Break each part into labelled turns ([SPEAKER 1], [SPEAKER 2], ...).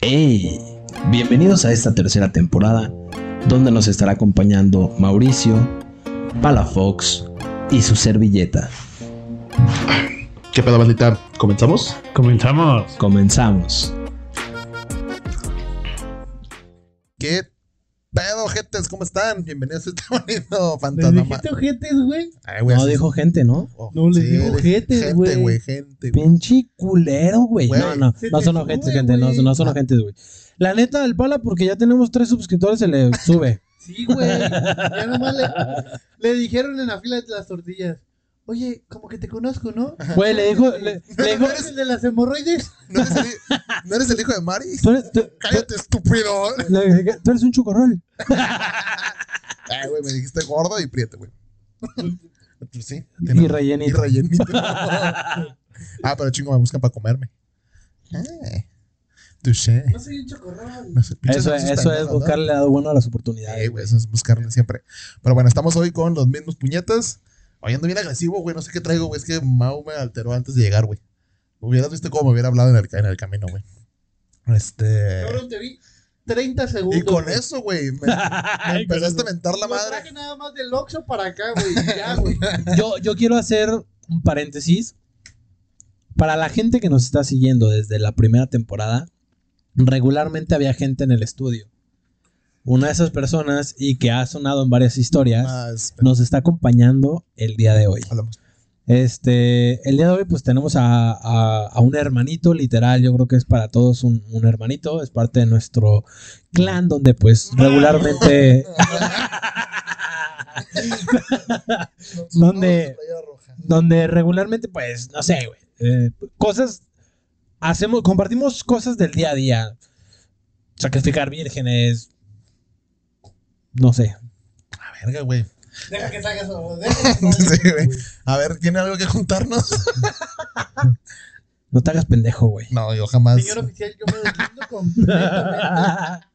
[SPEAKER 1] ¡Hey! Bienvenidos a esta tercera temporada, donde nos estará acompañando Mauricio, Palafox y su servilleta.
[SPEAKER 2] ¿Qué pedo, bandita? ¿Comenzamos?
[SPEAKER 3] Comenzamos.
[SPEAKER 1] Comenzamos.
[SPEAKER 2] ¿Qué pedo, gentes? ¿Cómo están? Bienvenidos a este bonito
[SPEAKER 3] ¿Les
[SPEAKER 2] fantasma.
[SPEAKER 3] dijiste Pues ojetes, güey?
[SPEAKER 2] Ay, güey,
[SPEAKER 1] No
[SPEAKER 2] así-
[SPEAKER 1] dijo gente, ¿no?
[SPEAKER 2] Oh,
[SPEAKER 3] No, les digo
[SPEAKER 2] güey.
[SPEAKER 3] ojetes,
[SPEAKER 2] Gente,
[SPEAKER 3] güey.
[SPEAKER 2] güey, gente, güey.
[SPEAKER 1] Pinche culero, güey.
[SPEAKER 2] Güey,
[SPEAKER 1] No, no,
[SPEAKER 3] se
[SPEAKER 1] no
[SPEAKER 3] te
[SPEAKER 1] son ojetes,
[SPEAKER 3] sube,
[SPEAKER 1] gente. No,
[SPEAKER 3] güey.
[SPEAKER 1] no son ojetes, güey. La neta del pala, porque ya tenemos tres suscriptores, se le sube.
[SPEAKER 3] Sí, güey. Ya nomás le, le dijeron en la fila de las tortillas. Oye, como que te conozco, ¿no?
[SPEAKER 1] Güey, le dijo. le- le dijo-
[SPEAKER 3] ¿No eres el de las hemorroides?
[SPEAKER 2] ¿No eres, el, hi- ¿No eres el hijo de Mari?
[SPEAKER 1] tú, eres, tú-
[SPEAKER 2] ¡Cállate, estúpido!
[SPEAKER 1] le dije, "Tú eres un chocorrol.
[SPEAKER 2] Ay, güey, me dijiste gordo y prieto, güey. Pues sí.
[SPEAKER 1] Y
[SPEAKER 2] tiene- Y
[SPEAKER 1] rellenito.
[SPEAKER 2] rellenito. ah, pero chingo, me buscan para comerme. Eh, touché.
[SPEAKER 3] No soy un chocorrón.
[SPEAKER 2] No sé, pinches
[SPEAKER 1] Eso,
[SPEAKER 2] anuncios
[SPEAKER 1] eso
[SPEAKER 2] tan
[SPEAKER 1] es
[SPEAKER 2] malos, ¿no?
[SPEAKER 1] buscarle lado bueno a las oportunidades.
[SPEAKER 2] Eh, güey, eso es buscarle siempre. Pero bueno, estamos hoy con los mismos puñetas. Hoy ando bien agresivo, güey. No sé qué traigo, güey. Es que Mau me alteró antes de llegar, güey. Hubieras visto cómo me hubiera hablado en el, ca- en el camino, güey. Este.
[SPEAKER 3] Cabrón, te vi 30 segundos.
[SPEAKER 2] Y con
[SPEAKER 3] güey.
[SPEAKER 2] eso, güey, me, me
[SPEAKER 1] pues,
[SPEAKER 2] empezaste a mentar la
[SPEAKER 3] Lo
[SPEAKER 2] madre.
[SPEAKER 3] traje nada más del Oxxo para acá, güey. Ya, güey.
[SPEAKER 1] yo, yo quiero hacer un paréntesis. Para la gente que nos está siguiendo desde la primera temporada, regularmente había gente en el estudio. Una de esas personas, y que ha sonado en varias historias,
[SPEAKER 2] Ah, es-
[SPEAKER 1] nos está acompañando el día de hoy.
[SPEAKER 2] hablamos.
[SPEAKER 1] Este, el día de hoy, pues tenemos a, a- a un hermanito, literal. Yo creo que es para todos un, un hermanito. Es parte de nuestro clan, donde, pues, regularmente. ¿Dónde?
[SPEAKER 2] Playera roja.
[SPEAKER 1] donde regularmente, pues, no sé, güey, eh, cosas, hacemos, compartimos cosas del día a día. Sacrificar vírgenes, no sé.
[SPEAKER 2] A verga, güey.
[SPEAKER 3] Deja que salga eso.
[SPEAKER 2] Sí, güey. A ver, ¿tiene algo que juntarnos?
[SPEAKER 1] No te hagas pendejo, güey.
[SPEAKER 2] No, yo jamás.
[SPEAKER 3] Señor oficial, yo me deslindo completamente.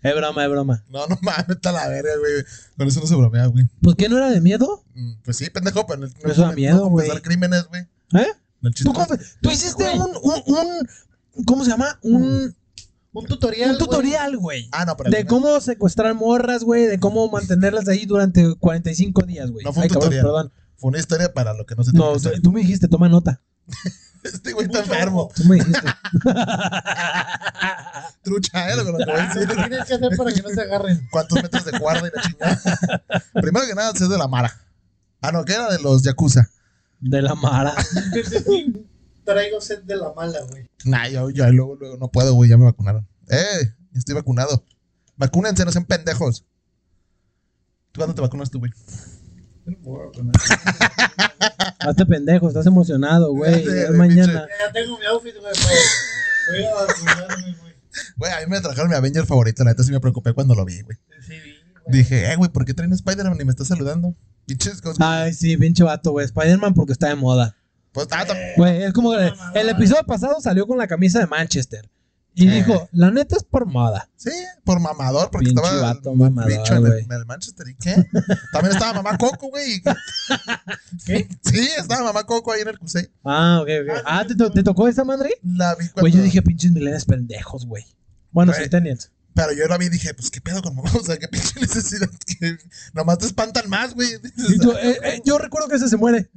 [SPEAKER 1] es broma, es broma.
[SPEAKER 2] No, no mames, está la verga, güey. Con eso no se bromea, güey.
[SPEAKER 1] ¿Por qué no era de miedo?
[SPEAKER 2] Mm, Pues sí, pendejo, pero no, no,
[SPEAKER 1] Eso da
[SPEAKER 2] no
[SPEAKER 1] miedo, güey.
[SPEAKER 2] confesar crímenes, güey.
[SPEAKER 1] ¿Eh?
[SPEAKER 2] No el chiste-
[SPEAKER 1] Tú, conf- tú hiciste un, un- un- ¿cómo se llama? Un,
[SPEAKER 3] Un tutorial.
[SPEAKER 1] un
[SPEAKER 3] güey.
[SPEAKER 1] tutorial, güey.
[SPEAKER 2] Ah, no, pero
[SPEAKER 1] De
[SPEAKER 2] no-
[SPEAKER 1] cómo secuestrar morras, güey. De cómo mantenerlas ahí durante 45 días, güey.
[SPEAKER 2] No fue un
[SPEAKER 1] Ay, cabrón,
[SPEAKER 2] tutorial.
[SPEAKER 1] perdón.
[SPEAKER 2] fue una historia para lo que no se
[SPEAKER 1] No,
[SPEAKER 2] tiene que
[SPEAKER 1] tú me dijiste, toma nota.
[SPEAKER 2] hacer. Este güey está enfermo.
[SPEAKER 1] Tú me dijiste.
[SPEAKER 2] Trucha, eh, lo que lo que voy a
[SPEAKER 3] Lo que
[SPEAKER 2] decir.
[SPEAKER 3] tienes que hacer para que no se agarren.
[SPEAKER 2] ¿Cuántos metros de guarda y la chingada? Primero que nada, es de la Mara. Ah, no, que era de los Yakuza.
[SPEAKER 1] De la Mara.
[SPEAKER 3] Traigo sed de la mala, güey.
[SPEAKER 2] Nah, yo, yo luego, luego no puedo, güey, ya me vacunaron. Eh, ya estoy vacunado. Vacúnense, no sean pendejos. ¿Tú cuándo te vacunas tú, güey?
[SPEAKER 1] Hazte pendejo, estás emocionado, güey.
[SPEAKER 2] Sí,
[SPEAKER 1] Es
[SPEAKER 2] güey,
[SPEAKER 1] mañana.
[SPEAKER 3] Ya tengo mi outfit, güey. Voy a vacunarme, güey.
[SPEAKER 2] Güey, a mí me trajeron mi Avenger favorito, la neta sí me preocupé cuando lo vi, güey.
[SPEAKER 3] Sí, güey.
[SPEAKER 2] Dije, eh, güey, ¿por qué traen a Spider-Man y me está saludando? Pinches cosas.
[SPEAKER 1] Ay, sí, pinche vato, güey. Spider-Man porque está de moda.
[SPEAKER 2] Pues, ah, tam-
[SPEAKER 1] Güey, es como el, el episodio pasado salió con la camisa de Manchester. Y
[SPEAKER 2] Eh.
[SPEAKER 1] dijo, la neta es por moda.
[SPEAKER 2] sí, por mamador, porque
[SPEAKER 1] Pinche
[SPEAKER 2] estaba
[SPEAKER 1] vato
[SPEAKER 2] el
[SPEAKER 1] mamador,
[SPEAKER 2] bicho en el,
[SPEAKER 1] güey.
[SPEAKER 2] en el Manchester. ¿Y qué? También estaba mamá Coco, güey. y-
[SPEAKER 3] ¿Qué?
[SPEAKER 2] Sí, estaba mamá Coco ahí en el CUSEI.
[SPEAKER 1] Ah, ok, ok. Ah, ¿te, to- te tocó esa madre?
[SPEAKER 2] La vi cuando...
[SPEAKER 1] Güey, yo dije, pinches milenios pendejos, güey. Bueno,
[SPEAKER 2] Güey.
[SPEAKER 1] centennials.
[SPEAKER 2] Pero yo la vi y dije, pues qué pedo con mamá. O sea, qué pinche necesidad. Que... Nomás te espantan más, güey. Dices,
[SPEAKER 1] Y tú, eh, eh, yo recuerdo que ese se muere.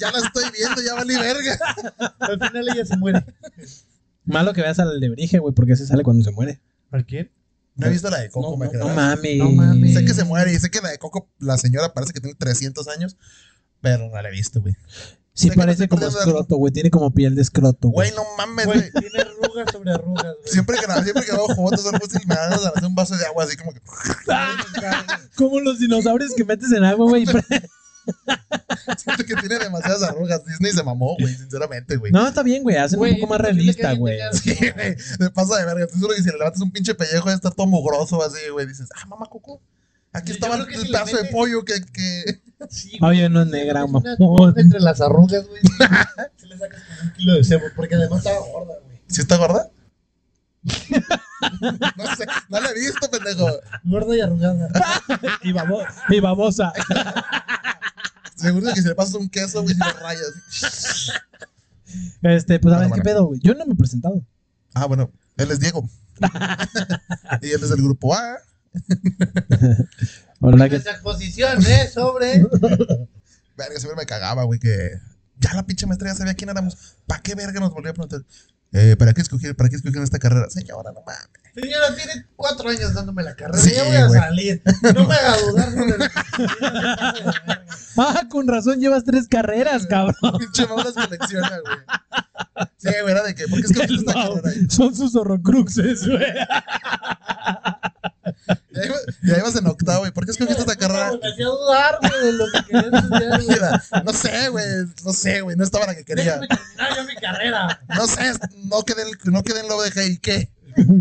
[SPEAKER 2] ya la estoy viendo, ya valí verga.
[SPEAKER 3] Al final ella se muere.
[SPEAKER 1] Malo que veas al alebrije, güey, porque ese sale cuando se muere.
[SPEAKER 3] ¿Al quién?
[SPEAKER 2] No he visto la de Coco,
[SPEAKER 1] no,
[SPEAKER 2] me
[SPEAKER 1] no,
[SPEAKER 2] quedé.
[SPEAKER 1] no mames.
[SPEAKER 3] No mames.
[SPEAKER 2] Sé que se muere y sé que la de Coco, la señora parece que tiene 300 años. Pero no la he visto, güey.
[SPEAKER 1] Sí,
[SPEAKER 2] Sé que
[SPEAKER 1] parece
[SPEAKER 2] no estoy
[SPEAKER 1] como
[SPEAKER 2] perdiendo algo.
[SPEAKER 1] escroto, güey. Tiene como piel de escroto,
[SPEAKER 2] Güey,
[SPEAKER 1] güey.
[SPEAKER 2] no mames, güey.
[SPEAKER 3] Güey, tiene arrugas sobre arrugas, güey.
[SPEAKER 2] Siempre que, la- siempre que veo fotos del fútbol me dan ganas de hacer un vaso de agua así como que.
[SPEAKER 1] Como los dinosaurios que metes en agua, güey.
[SPEAKER 2] Siento que tiene demasiadas arrugas. Disney se mamó, güey, sinceramente, güey.
[SPEAKER 1] No, está bien, güey. Hacen
[SPEAKER 3] Güey,
[SPEAKER 1] un poco más
[SPEAKER 3] es imposible que
[SPEAKER 1] realista,
[SPEAKER 3] alguien
[SPEAKER 1] güey.
[SPEAKER 3] tenga-
[SPEAKER 2] Sí, güey. Me pasa de verga. Estoy seguro que si le levantas un pinche pellejo ya está todo mugroso así, güey. Dices, ah, mamá Coco. Aquí
[SPEAKER 3] Yo
[SPEAKER 2] estaba el
[SPEAKER 3] creo que si le
[SPEAKER 2] pedazo de
[SPEAKER 3] mete-
[SPEAKER 2] pollo que. que...
[SPEAKER 3] Sí, güey.
[SPEAKER 1] Ah, Oye, no es negra,
[SPEAKER 3] Es una
[SPEAKER 1] mamón.
[SPEAKER 3] cosa Entre las arrugas, güey. Se le sacas como un kilo de cebo. Porque además estaba gorda, güey.
[SPEAKER 2] ¿Sí está gorda? no sé, no la he visto, pendejo.
[SPEAKER 3] Gorda y arrugada.
[SPEAKER 1] Y, babo- y babosa.
[SPEAKER 2] Seguro que si le pasas un queso, güey, si lo rayas.
[SPEAKER 1] Este, pues a ver
[SPEAKER 2] Bueno,
[SPEAKER 1] pues, qué
[SPEAKER 2] bueno.
[SPEAKER 1] pedo, güey. Yo no me he presentado.
[SPEAKER 2] Ah, bueno. Él es Diego. y él es del grupo A.
[SPEAKER 3] Nuestra
[SPEAKER 1] Ahora que
[SPEAKER 3] pues, exposición, ¿eh? Sobre.
[SPEAKER 2] Verga, siempre me cagaba, güey, que ya la pinche maestra ya sabía quién éramos. ¿Para qué verga nos volvió a preguntar? Eh, ¿Para qué escoger, para qué escoger esta carrera? Señora, no mames.
[SPEAKER 3] Señora, tiene cuatro años dándome la carrera.
[SPEAKER 2] Sí,
[SPEAKER 3] ya voy a
[SPEAKER 2] güey.
[SPEAKER 3] salir. No me haga dudar. con el-
[SPEAKER 1] Ah, con razón llevas tres
[SPEAKER 2] Mm.
[SPEAKER 1] carreras, cabrón.
[SPEAKER 2] Pinche mamá las colecciona, güey. Sí, güey, era de que, ¿por qué escogiste esta
[SPEAKER 1] No,
[SPEAKER 2] carrera? Y
[SPEAKER 1] son sus horrocruxes, güey.
[SPEAKER 2] ahí va- Y ahí vas en octavo, güey, ¿por qué escogiste esta carrera?
[SPEAKER 3] Me hacía dudar, güey, de lo que quería estudiar, güey.
[SPEAKER 2] Mira, no sé, güey, no sé, güey, no estaba la que quería.
[SPEAKER 3] Déjame terminar yo mi carrera.
[SPEAKER 2] No sé, no quedé, en- no quedé en lo de ¿y qué?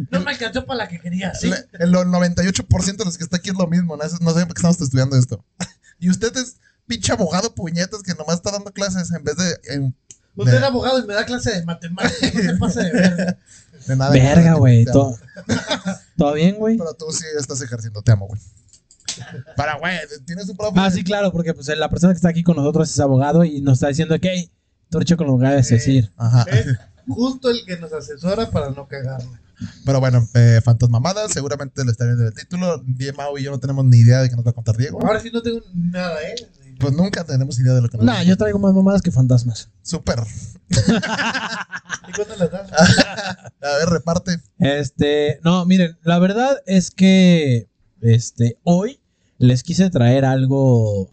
[SPEAKER 3] No me alcanzó para la que quería, ¿sí?
[SPEAKER 2] Le- El, 98% de los que está aquí es lo mismo, no, no sé por qué estamos estudiando esto. Y usted es pinche abogado puñetas que nomás está dando clases en vez de, en-
[SPEAKER 3] Usted es
[SPEAKER 2] de-
[SPEAKER 3] abogado y me da clase de matemáticas. No se pase de verga.
[SPEAKER 2] de nada.
[SPEAKER 1] Verga, güey.
[SPEAKER 2] Te amo.
[SPEAKER 1] ¿Todo, ¿todo bien, güey?
[SPEAKER 2] Pero tú sí estás ejerciendo, te amo, güey. Para, güey, tienes un profe.
[SPEAKER 1] Ah, sí, claro, porque pues la persona que está aquí con nosotros es abogado y nos está diciendo que hey, torcho con lo que debes
[SPEAKER 3] Eh.
[SPEAKER 1] decir.
[SPEAKER 2] Ajá.
[SPEAKER 3] Es justo el que nos asesora para no cagarla.
[SPEAKER 2] Pero bueno, eh, Fantasmamada, seguramente lo está viendo el título. Die Mau y yo no tenemos ni idea de qué nos va a contar Diego.
[SPEAKER 3] Ahora sí no tengo nada, ¿eh?
[SPEAKER 2] Pues nunca tenemos idea de lo que nos va a
[SPEAKER 1] Nah, yo traigo más mamadas que fantasmas.
[SPEAKER 2] Súper.
[SPEAKER 3] ¿Y cuánto las das?
[SPEAKER 2] A ver, reparte.
[SPEAKER 1] Este, no, miren, la verdad es que este hoy les quise traer algo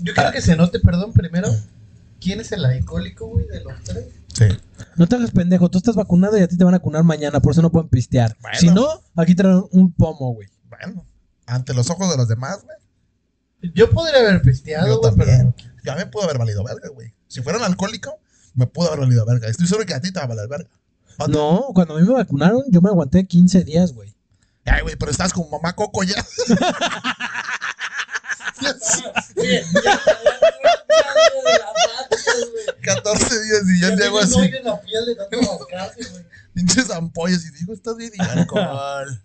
[SPEAKER 3] Yo quiero que se note, perdón, primero. ¿Quién es el alcohólico, güey, de los tres?
[SPEAKER 2] Sí.
[SPEAKER 1] No te hagas pendejo, tú estás vacunado y a ti te van a vacunar mañana, por eso no pueden pistear.
[SPEAKER 2] Bueno.
[SPEAKER 1] Si no, aquí traen un pomo, güey.
[SPEAKER 2] Bueno, ante los ojos de los demás, güey.
[SPEAKER 3] Yo podría haber
[SPEAKER 2] Yo
[SPEAKER 3] pisteado, güey, pero
[SPEAKER 2] también.
[SPEAKER 3] no.
[SPEAKER 2] Ya me pudo haber valido verga, güey. Si fuera un alcohólico, me pudo haber valido verga. Estoy seguro que a ti te va a valer verga. ¿Cuánto?
[SPEAKER 1] Ah, No, cuando a mí me vacunaron, yo me aguanté 15 días, güey.
[SPEAKER 2] Ay, güey, pero estás como mamá Coco ya.
[SPEAKER 3] Oye, ya, ya, ya, de las patas, güey.
[SPEAKER 2] 14 días y yo
[SPEAKER 3] Ya
[SPEAKER 2] llego
[SPEAKER 3] tengo un
[SPEAKER 2] así,
[SPEAKER 3] hoyo en la piel de tanto rascarse, güey.
[SPEAKER 2] pinches ampollas y digo, estás bien y alcohol.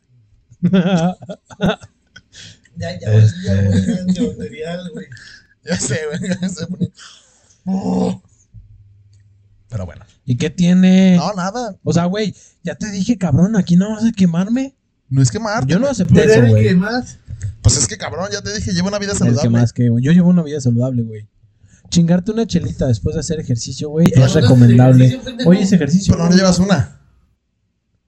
[SPEAKER 3] Ya, ya, olía, güey, ya antibacterial, güey.
[SPEAKER 2] Ya sé, güey. ya se pone- Oh. Pero bueno.
[SPEAKER 1] ¿Y qué tiene?
[SPEAKER 2] No, nada.
[SPEAKER 1] O sea, güey, ya te dije, cabrón, aquí no vas a quemarme.
[SPEAKER 2] No es quemar.
[SPEAKER 1] Yo no acepté
[SPEAKER 3] Pero
[SPEAKER 1] eso,
[SPEAKER 3] el que
[SPEAKER 1] güey.
[SPEAKER 3] más
[SPEAKER 2] Pues es que cabrón, ya te dije, llevo una vida
[SPEAKER 1] El que
[SPEAKER 2] saludable.
[SPEAKER 1] más que, güey. Yo llevo una vida saludable, güey. Chingarte una chelita después de hacer ejercicio, güey,
[SPEAKER 3] No, no
[SPEAKER 1] es
[SPEAKER 3] haces
[SPEAKER 1] recomendable.
[SPEAKER 3] ejercicio, pendejo.
[SPEAKER 1] Oye, es ejercicio.
[SPEAKER 2] Pero no llevas una.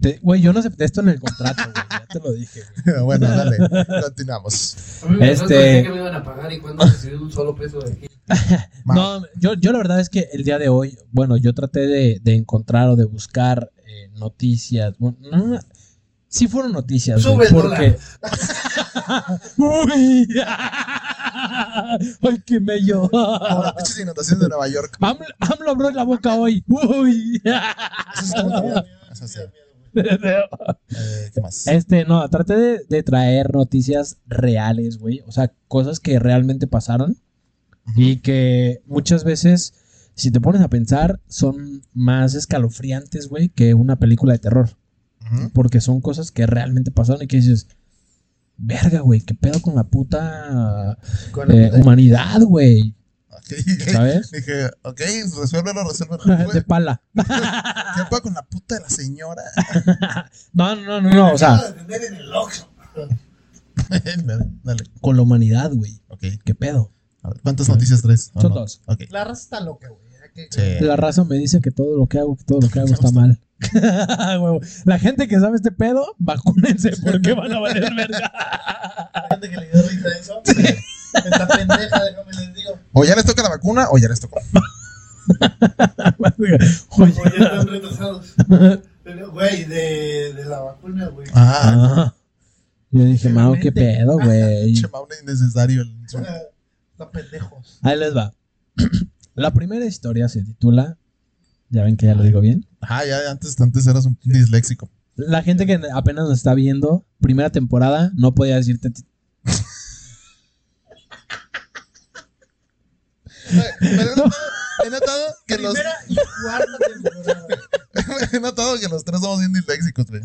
[SPEAKER 1] Te- Güey, yo no acepté esto en el contrato, güey. Ya te lo dije, güey.
[SPEAKER 2] bueno, dale. Continuamos.
[SPEAKER 4] A mí me
[SPEAKER 1] Este-
[SPEAKER 4] este... que me iban a pagar y cuándo recibí un solo peso de aquí.
[SPEAKER 2] Ma-
[SPEAKER 1] No, yo, yo la verdad es que el día de hoy, bueno, yo traté de, de encontrar o de buscar eh, noticias. Bueno, no, no, sí fueron noticias,
[SPEAKER 3] Sube
[SPEAKER 1] güey,
[SPEAKER 3] el
[SPEAKER 1] porque... Uy, ¡Ay, qué mello!
[SPEAKER 2] Como las pinches inundaciones de Nueva York.
[SPEAKER 1] AMLO, AMLO abrió la boca hoy. ¡Uy! Ah,
[SPEAKER 2] Eso sí está muy cabrón. Eso sí. Eh, ¿Qué más?
[SPEAKER 1] Este, no, traté de, de traer noticias reales, güey. O sea, cosas que realmente pasaron y que muchas veces, si te pones a pensar, son más escalofriantes, güey, que una película de terror.
[SPEAKER 2] Ujú.
[SPEAKER 1] Porque son cosas que realmente pasaron y que dices, verga, güey, qué pedo con la puta
[SPEAKER 3] con
[SPEAKER 1] eh,
[SPEAKER 3] el-
[SPEAKER 1] humanidad, güey.
[SPEAKER 2] Ok, dije-
[SPEAKER 1] ¿Sabes?
[SPEAKER 2] Dije, ok, resuélvelo, resuélvelo.
[SPEAKER 1] De
[SPEAKER 2] Güey,
[SPEAKER 1] pala.
[SPEAKER 2] ¿Qué pasa con la puta de la señora?
[SPEAKER 1] Ah. No, no, no, no, o sea,
[SPEAKER 3] Atender en el Oxxo.
[SPEAKER 2] dale, dale.
[SPEAKER 1] con la humanidad, güey.
[SPEAKER 2] Ok.
[SPEAKER 1] ¿Qué pedo?
[SPEAKER 2] A ver, ¿Cuántas noticias traes? ¿O
[SPEAKER 1] Son
[SPEAKER 2] no?
[SPEAKER 1] dos.
[SPEAKER 2] Ok.
[SPEAKER 3] La raza está loca, güey. Ya que-
[SPEAKER 2] Sí.
[SPEAKER 1] La raza me dice que todo lo que hago, que todo lo que hago está mal. Huevo. la gente que sabe este pedo, vacúnense porque van a valer verga.
[SPEAKER 3] La gente que le dio risa a eso. Está pendeja, déjame les digo.
[SPEAKER 2] O ya les toca la vacuna o ya les tocó.
[SPEAKER 1] Oye.
[SPEAKER 3] Oye, están retrasados. Pero, Güey, de, de la vacuna, güey.
[SPEAKER 2] Ah,
[SPEAKER 1] Ah. Yo dije, Mau, qué pedo, güey.
[SPEAKER 2] pinche mauna innecesario. el
[SPEAKER 3] O
[SPEAKER 2] insulto.
[SPEAKER 3] sea, Están pendejos.
[SPEAKER 1] Ahí les va. La primera historia se titula. Ya ven que ya lo digo bien.
[SPEAKER 2] Ajá, Ah, ya antes, antes eras un disléxico.
[SPEAKER 1] La gente que apenas nos está viendo, primera temporada, no podía decirte. ti-
[SPEAKER 2] Güey, pero he notado- He notado que los,
[SPEAKER 3] Primera y cuarta temporada.
[SPEAKER 2] he notado que los tres somos bien disléxicos, güey.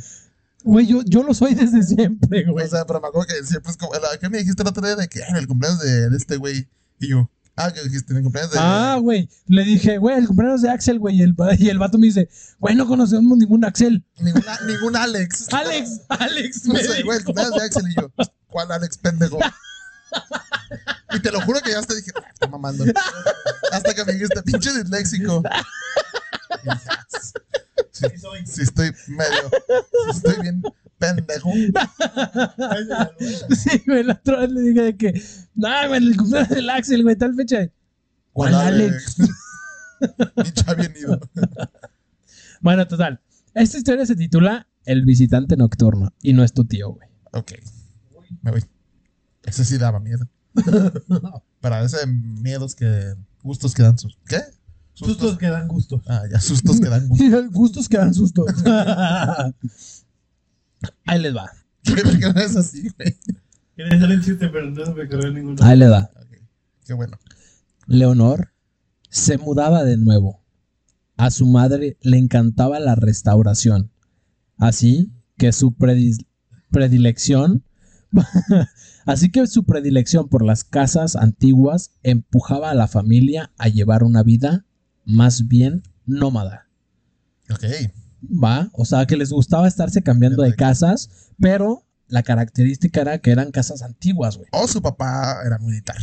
[SPEAKER 1] Güey, yo, yo lo soy desde siempre, güey.
[SPEAKER 2] O sea, pero me acuerdo que siempre es como. la- ¿Qué me dijiste el otro día de que "Ah, en el cumpleaños de, de este güey? Y yo, Ah, que dijiste en el cumpleaños de.
[SPEAKER 1] Ah, güey. Le dije, güey, el cumpleaños de Axel, güey. Y el, va- y el vato me dice, güey, no conocemos ningún Axel.
[SPEAKER 2] ningún, ningún Alex.
[SPEAKER 1] Alex, Alex,
[SPEAKER 2] No
[SPEAKER 1] me
[SPEAKER 2] sé, güey, el
[SPEAKER 1] dijo.
[SPEAKER 2] cumpleaños de Axel y yo. ¿Cuál Alex, pendejo? Y te lo juro que ya hasta dije, "Ah, está mamando. Hasta que me dijiste, pinche disléxico. Y dije, "Ah, Sí, sí estoy medio. sí estoy bien pendejo.
[SPEAKER 1] Sí, güey, la otra vez le dije de que, no, güey, el cumpleaños del Axel, güey, tal fecha. ¿Cuál Alex?
[SPEAKER 2] Pinche ha venido.
[SPEAKER 1] Bueno, total. Esta historia se titula El visitante nocturno y no es tu tío, güey.
[SPEAKER 2] Ok. Me voy. Ese sí daba miedo. Para ese miedos que. Gustos que dan sus. ¿Qué?
[SPEAKER 3] Sustos que dan gusto.
[SPEAKER 2] Ah, ya, sustos que dan gustos.
[SPEAKER 1] Gustos que dan susto. Ahí les va.
[SPEAKER 2] ¿Qué no es así, güey?
[SPEAKER 3] Quería hacer un chiste, pero no se me corrió ninguno.
[SPEAKER 1] Ahí les va.
[SPEAKER 2] Ok, Qué bueno.
[SPEAKER 1] Leonor se mudaba de nuevo. A su madre le encantaba la restauración. Así que su predis- predilección. así que su predilección por las casas antiguas empujaba a la familia a llevar una vida más bien nómada.
[SPEAKER 2] Ok.
[SPEAKER 1] Va, o sea que les gustaba estarse cambiando de casas, pero la característica era que eran casas antiguas, güey.
[SPEAKER 2] O su papá era militar.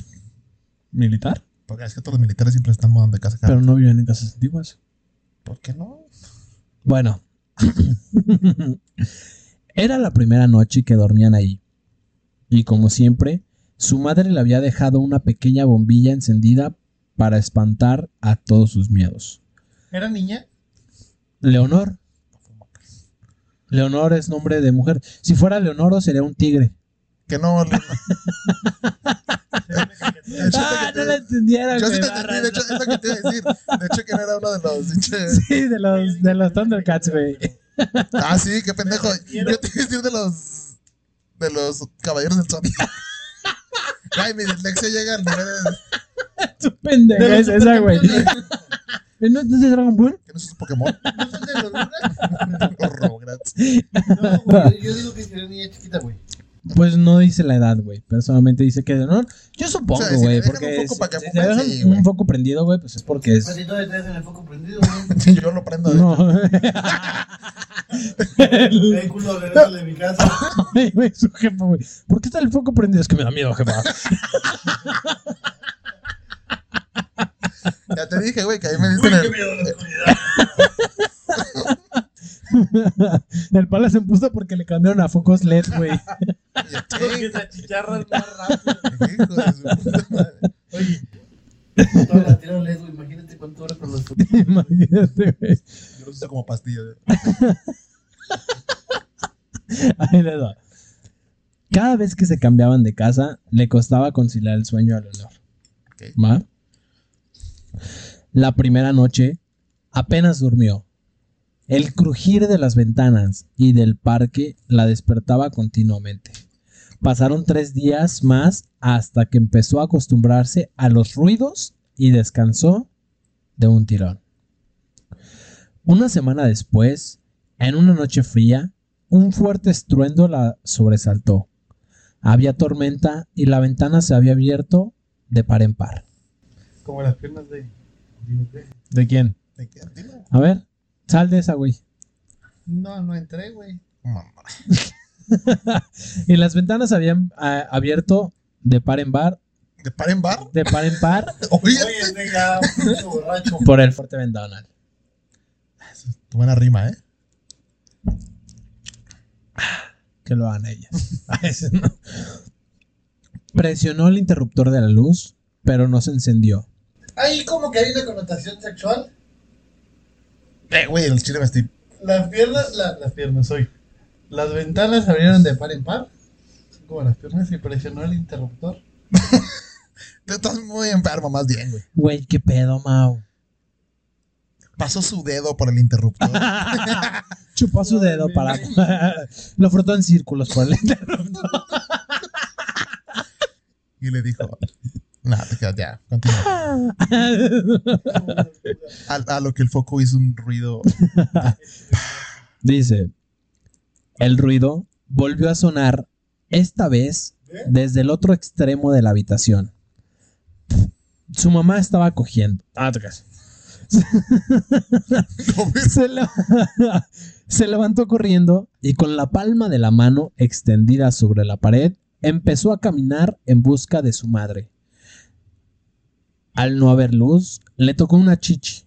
[SPEAKER 1] Militar.
[SPEAKER 2] Porque es que todos los militares siempre están mudando de casa. cada-
[SPEAKER 1] Pero no vivían en casas antiguas.
[SPEAKER 2] ¿Por qué no?
[SPEAKER 1] Bueno. Era la primera noche que dormían ahí. Y como siempre, su madre le había dejado una pequeña bombilla encendida para espantar a todos sus miedos.
[SPEAKER 3] ¿Era niña?
[SPEAKER 1] Leonor. Leonor es nombre de mujer. Si fuera Leonoro sería un tigre.
[SPEAKER 2] Que no. no. El chiste
[SPEAKER 1] Ah,
[SPEAKER 2] que
[SPEAKER 1] no
[SPEAKER 2] te-
[SPEAKER 1] la entendieron.
[SPEAKER 2] Yo sí
[SPEAKER 1] güey,
[SPEAKER 2] te entendí,
[SPEAKER 1] barras.
[SPEAKER 2] de hecho, es lo que te iba a decir. De hecho, que no era uno de los. pinches-
[SPEAKER 1] Sí, de los, de los Thundercats, güey.
[SPEAKER 2] Ah, sí, qué pendejo. Yo te iba a decir de los. De los caballeros del zodiaco. Ay, mi dislexia llega al nivel de-
[SPEAKER 1] Tu pendejo
[SPEAKER 3] De los
[SPEAKER 1] es esa, güey.
[SPEAKER 3] supercampeones.
[SPEAKER 1] ¿No, ¿No es de Dragon Ball?
[SPEAKER 2] ¿Qué no es ese Pokémon?
[SPEAKER 3] ¿No son de los lunas?
[SPEAKER 2] Rugrats.
[SPEAKER 3] No, güey, yo digo que sería niña chiquita, güey.
[SPEAKER 1] Pues no dice la edad, güey. Pero solamente dice que de honor. Yo supongo,
[SPEAKER 2] O sea, si
[SPEAKER 1] güey.
[SPEAKER 2] le dejan
[SPEAKER 1] porque
[SPEAKER 2] un foco
[SPEAKER 1] si-
[SPEAKER 2] para que
[SPEAKER 1] si te
[SPEAKER 2] fume,
[SPEAKER 1] dejan
[SPEAKER 2] sí,
[SPEAKER 1] un
[SPEAKER 2] güey.
[SPEAKER 1] foco prendido, güey, pues es porque
[SPEAKER 4] Pues
[SPEAKER 1] es.
[SPEAKER 4] si todavía traes el foco prendido, güey.
[SPEAKER 2] Yo lo prendo. ¿eh? de-
[SPEAKER 1] No. El-
[SPEAKER 3] El culo regreso de mi casa.
[SPEAKER 1] Ay, güey, su jefa, güey. ¿Por qué está el foco prendido? Es que me da miedo, jefa.
[SPEAKER 2] Ya te dije, güey, que ahí me diste en el.
[SPEAKER 1] El pala se empuso porque le cambiaron a focos LED, güey.
[SPEAKER 3] Porque se achicharran más rápido.
[SPEAKER 2] Hijo de su puta madre.
[SPEAKER 3] Oye,
[SPEAKER 4] Todas las tiraron LED, güey. Imagínate cuánto horas con los
[SPEAKER 1] Imagínate, güey.
[SPEAKER 2] Yo lo uso como ¿eh? pastilla. güey.
[SPEAKER 1] Ahí les va. Cada vez que se cambiaban de casa, le costaba conciliar el sueño a Leonor.
[SPEAKER 2] Ok.
[SPEAKER 1] ¿Va? La primera noche, apenas durmió. El crujir de las ventanas y del parque la despertaba continuamente. Pasaron tres días más hasta que empezó a acostumbrarse a los ruidos y descansó de un tirón. Una semana después, en una noche fría, un fuerte estruendo la sobresaltó. Había tormenta y la ventana se había abierto de par en par.
[SPEAKER 3] como las piernas de.
[SPEAKER 1] ¿De quién?
[SPEAKER 2] ¿De qué? Dime.
[SPEAKER 1] A ver, sal de esa, güey.
[SPEAKER 3] No, no entré, güey.
[SPEAKER 2] Mamá.
[SPEAKER 1] Y las ventanas se habían ah, abierto de par en par,
[SPEAKER 2] ¿De par en bar?
[SPEAKER 1] de par en par
[SPEAKER 2] Oye,
[SPEAKER 3] Oye, venga, mucho borracho.
[SPEAKER 1] por el fuerte ventanal.
[SPEAKER 2] tu buena rima, ¿eh?
[SPEAKER 1] Que lo hagan ellas. Ay, sí, no. Presionó el interruptor de la luz, pero no se encendió.
[SPEAKER 3] Ahí como que hay una connotación sexual.
[SPEAKER 2] Eh, güey, el chile me estoy.
[SPEAKER 3] Las piernas, la- las piernas hoy. Las ventanas se abrieron de par en par. Son como las piernas y presionó el interruptor.
[SPEAKER 2] Tú estás muy enfermo, más bien, güey.
[SPEAKER 1] Güey, qué pedo, Mau.
[SPEAKER 2] Pasó su dedo por el interruptor.
[SPEAKER 1] Chupó su dedo para. lo frotó en círculos por el interruptor.
[SPEAKER 2] Y le dijo, nada, te quedas ya, continúa. A, a lo que el foco hizo un ruido.
[SPEAKER 1] Dice, el ruido volvió a sonar, esta vez desde el otro extremo de la habitación. Su mamá estaba cogiendo. Ah, te creas.
[SPEAKER 2] No, güey.
[SPEAKER 1] se, le- se levantó corriendo y con la palma de la mano extendida sobre la pared, empezó a caminar en busca de su madre. Al no haber luz, le tocó una chichi.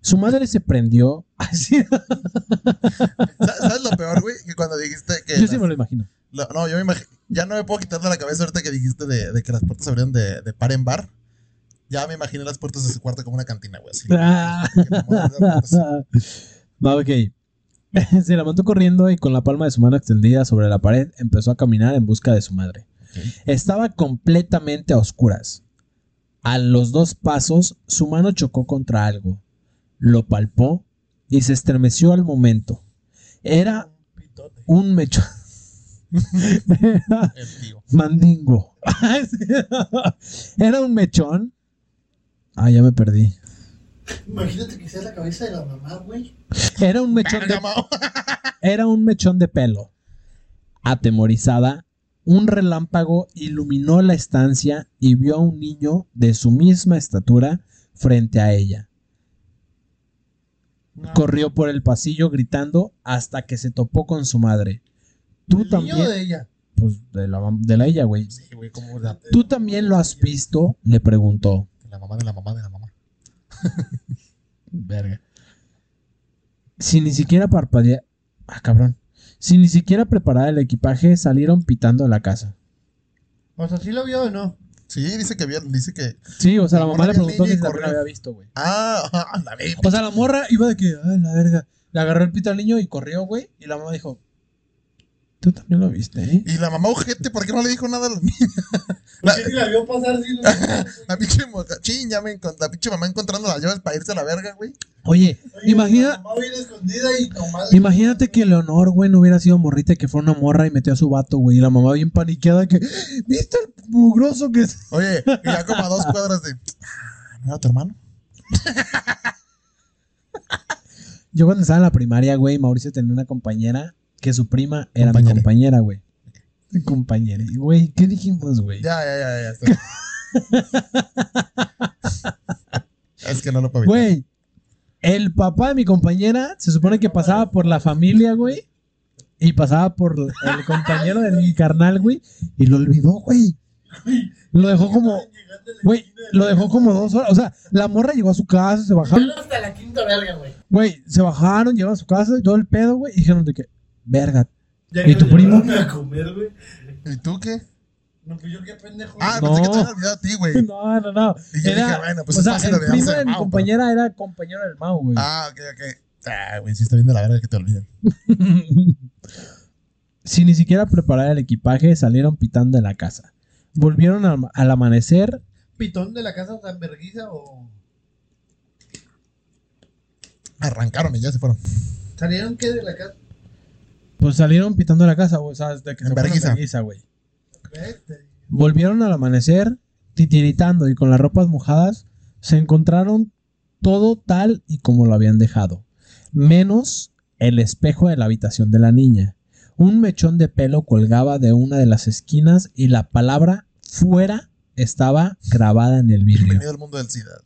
[SPEAKER 1] Su madre se prendió. Así,
[SPEAKER 2] ¿Sabes sabes lo peor, güey? Que cuando dijiste que.
[SPEAKER 1] yo sí
[SPEAKER 2] las-
[SPEAKER 1] me lo imagino.
[SPEAKER 2] la- no, yo me imagino. Ya no me puedo quitar de la cabeza ahorita que dijiste de, de que las puertas se abrieron de, de par en bar. Ya me imaginé las puertas de su cuarto como una cantina, güey. Así.
[SPEAKER 1] Ah.
[SPEAKER 2] Que nomás las puertas-
[SPEAKER 1] Va, ok. Se levantó corriendo y con la palma de su mano extendida sobre la pared empezó a caminar en busca de su madre. Estaba completamente a oscuras. A los dos pasos, su mano chocó contra algo. Lo palpó y se estremeció al momento. Era
[SPEAKER 3] Un pitote.
[SPEAKER 1] un mechón.
[SPEAKER 2] El tío.
[SPEAKER 1] Mandingo. Era un mechón. Ah, ya me perdí.
[SPEAKER 4] Imagínate que sea la cabeza de la mamá, güey.
[SPEAKER 1] Era un mechón de
[SPEAKER 2] Verga, Mao.
[SPEAKER 1] Era un mechón de pelo. Atemorizada, un relámpago iluminó la estancia y vio a un niño de su misma estatura frente a ella. Corrió por el pasillo gritando hasta que se topó con su madre. Tú
[SPEAKER 3] El
[SPEAKER 1] también.
[SPEAKER 3] niño de ella.
[SPEAKER 1] Pues de la, mam- de la ella, güey.
[SPEAKER 2] Sí, güey, como la,
[SPEAKER 1] ¿Tú también lo has visto? Le preguntó.
[SPEAKER 2] la mamá de la mamá de la mamá.
[SPEAKER 1] Verga. Sin ni siquiera parpadear. Ah, cabrón. Sin ni siquiera preparar el equipaje, salieron pitando de la casa.
[SPEAKER 3] O sea, ¿sí lo vio o no?
[SPEAKER 2] Sí, dice que bien, dice que.
[SPEAKER 1] Sí, o sea, la
[SPEAKER 2] La
[SPEAKER 1] mamá
[SPEAKER 2] morra
[SPEAKER 1] le
[SPEAKER 2] vio al
[SPEAKER 1] preguntó
[SPEAKER 2] niño
[SPEAKER 1] si
[SPEAKER 2] y
[SPEAKER 1] también la
[SPEAKER 2] corrió.
[SPEAKER 1] había visto, güey.
[SPEAKER 2] Ah, ah, la verga.
[SPEAKER 1] O sea, la morra iba de que, ay, la verga. Le agarró el pito al niño y corrió, güey. Y la mamá dijo, tú también lo viste, ¿eh?
[SPEAKER 2] Y la mamá ojete, ¿por qué no le dijo nada a los niños? La-
[SPEAKER 3] ¿Por qué sí la vio pasar? Sí, lo-
[SPEAKER 2] La pinche moca- chin, ya me encont- la pinche mamá encontrando las llaves para irse a la verga, güey.
[SPEAKER 3] Oye,
[SPEAKER 1] Oye,
[SPEAKER 3] la
[SPEAKER 1] imagina,
[SPEAKER 3] mamá viene escondida y nomás-
[SPEAKER 1] imagínate que Leonor, güey, no hubiera sido morrita y que fue una morra y metió a su vato, güey. Y la mamá bien paniqueada que, ¿viste el mugroso que es?
[SPEAKER 2] Oye, y ya como a dos cuadras de. "Ah, ¿No era tu hermano?
[SPEAKER 1] Yo cuando estaba en la primaria, güey, Mauricio tenía una compañera que su prima era mi
[SPEAKER 2] Compañere.
[SPEAKER 1] compañera, güey. Compañera. Y, Güey, ¿qué dijimos, güey?
[SPEAKER 2] Ya, ya, ya, ya. está. es que no lo puedo evitar.
[SPEAKER 1] Güey, el papá de mi compañera se supone que pasaba por la familia, güey. Y pasaba por el compañero de mi carnal, güey. Y lo olvidó, güey. Lo dejó como,
[SPEAKER 3] Llegando a la
[SPEAKER 1] güey,
[SPEAKER 3] esquina de-
[SPEAKER 1] lo dejó como dos horas. O sea, la morra llegó a su casa, se bajaron.
[SPEAKER 4] Pero hasta la quinta verga, güey.
[SPEAKER 1] Güey, se bajaron, llegaron a su casa y todo el pedo, güey. Y dijeron de que, verga.
[SPEAKER 3] Ya
[SPEAKER 1] ¿Y
[SPEAKER 3] que
[SPEAKER 1] tu
[SPEAKER 3] lo
[SPEAKER 1] primo?
[SPEAKER 3] llevaron a comer, güey.
[SPEAKER 2] ¿Y tú qué?
[SPEAKER 3] No, pues yo qué pendejo.
[SPEAKER 2] Ah,
[SPEAKER 1] No.
[SPEAKER 2] pensé que te había olvidado a ti, güey.
[SPEAKER 1] No, no, no.
[SPEAKER 2] Y yo dije,
[SPEAKER 1] Era,
[SPEAKER 2] bueno, pues
[SPEAKER 1] o
[SPEAKER 2] es
[SPEAKER 1] sea,
[SPEAKER 2] fácil
[SPEAKER 1] el primo
[SPEAKER 2] olvidarse
[SPEAKER 1] de
[SPEAKER 2] de
[SPEAKER 1] mi
[SPEAKER 2] Mau,
[SPEAKER 1] compañera era compañero del Mau, güey.
[SPEAKER 2] pero- Ah, ok, ok. Ah, güey, sí está bien de la verga que te olviden.
[SPEAKER 1] Sin ni siquiera preparar el equipaje, salieron pitando de la casa. Volvieron al, al amanecer.
[SPEAKER 3] pitón de la casa tan verguiza o
[SPEAKER 2] Arrancaron y ya se fueron.
[SPEAKER 3] salieron qué de la casa?
[SPEAKER 1] Pues salieron pitando de la casa, güey. O sea, de que
[SPEAKER 2] En
[SPEAKER 1] se fueron
[SPEAKER 2] verguiza.
[SPEAKER 1] en verguiza, güey.
[SPEAKER 3] Vete.
[SPEAKER 1] Volvieron al amanecer, titiritando y con las ropas mojadas, se encontraron todo tal y como lo habían dejado, menos el espejo de la habitación de la niña. Un mechón de pelo colgaba de una de las esquinas y la palabra fuera estaba grabada en el vidrio.
[SPEAKER 2] Bienvenido al mundo del SIDA.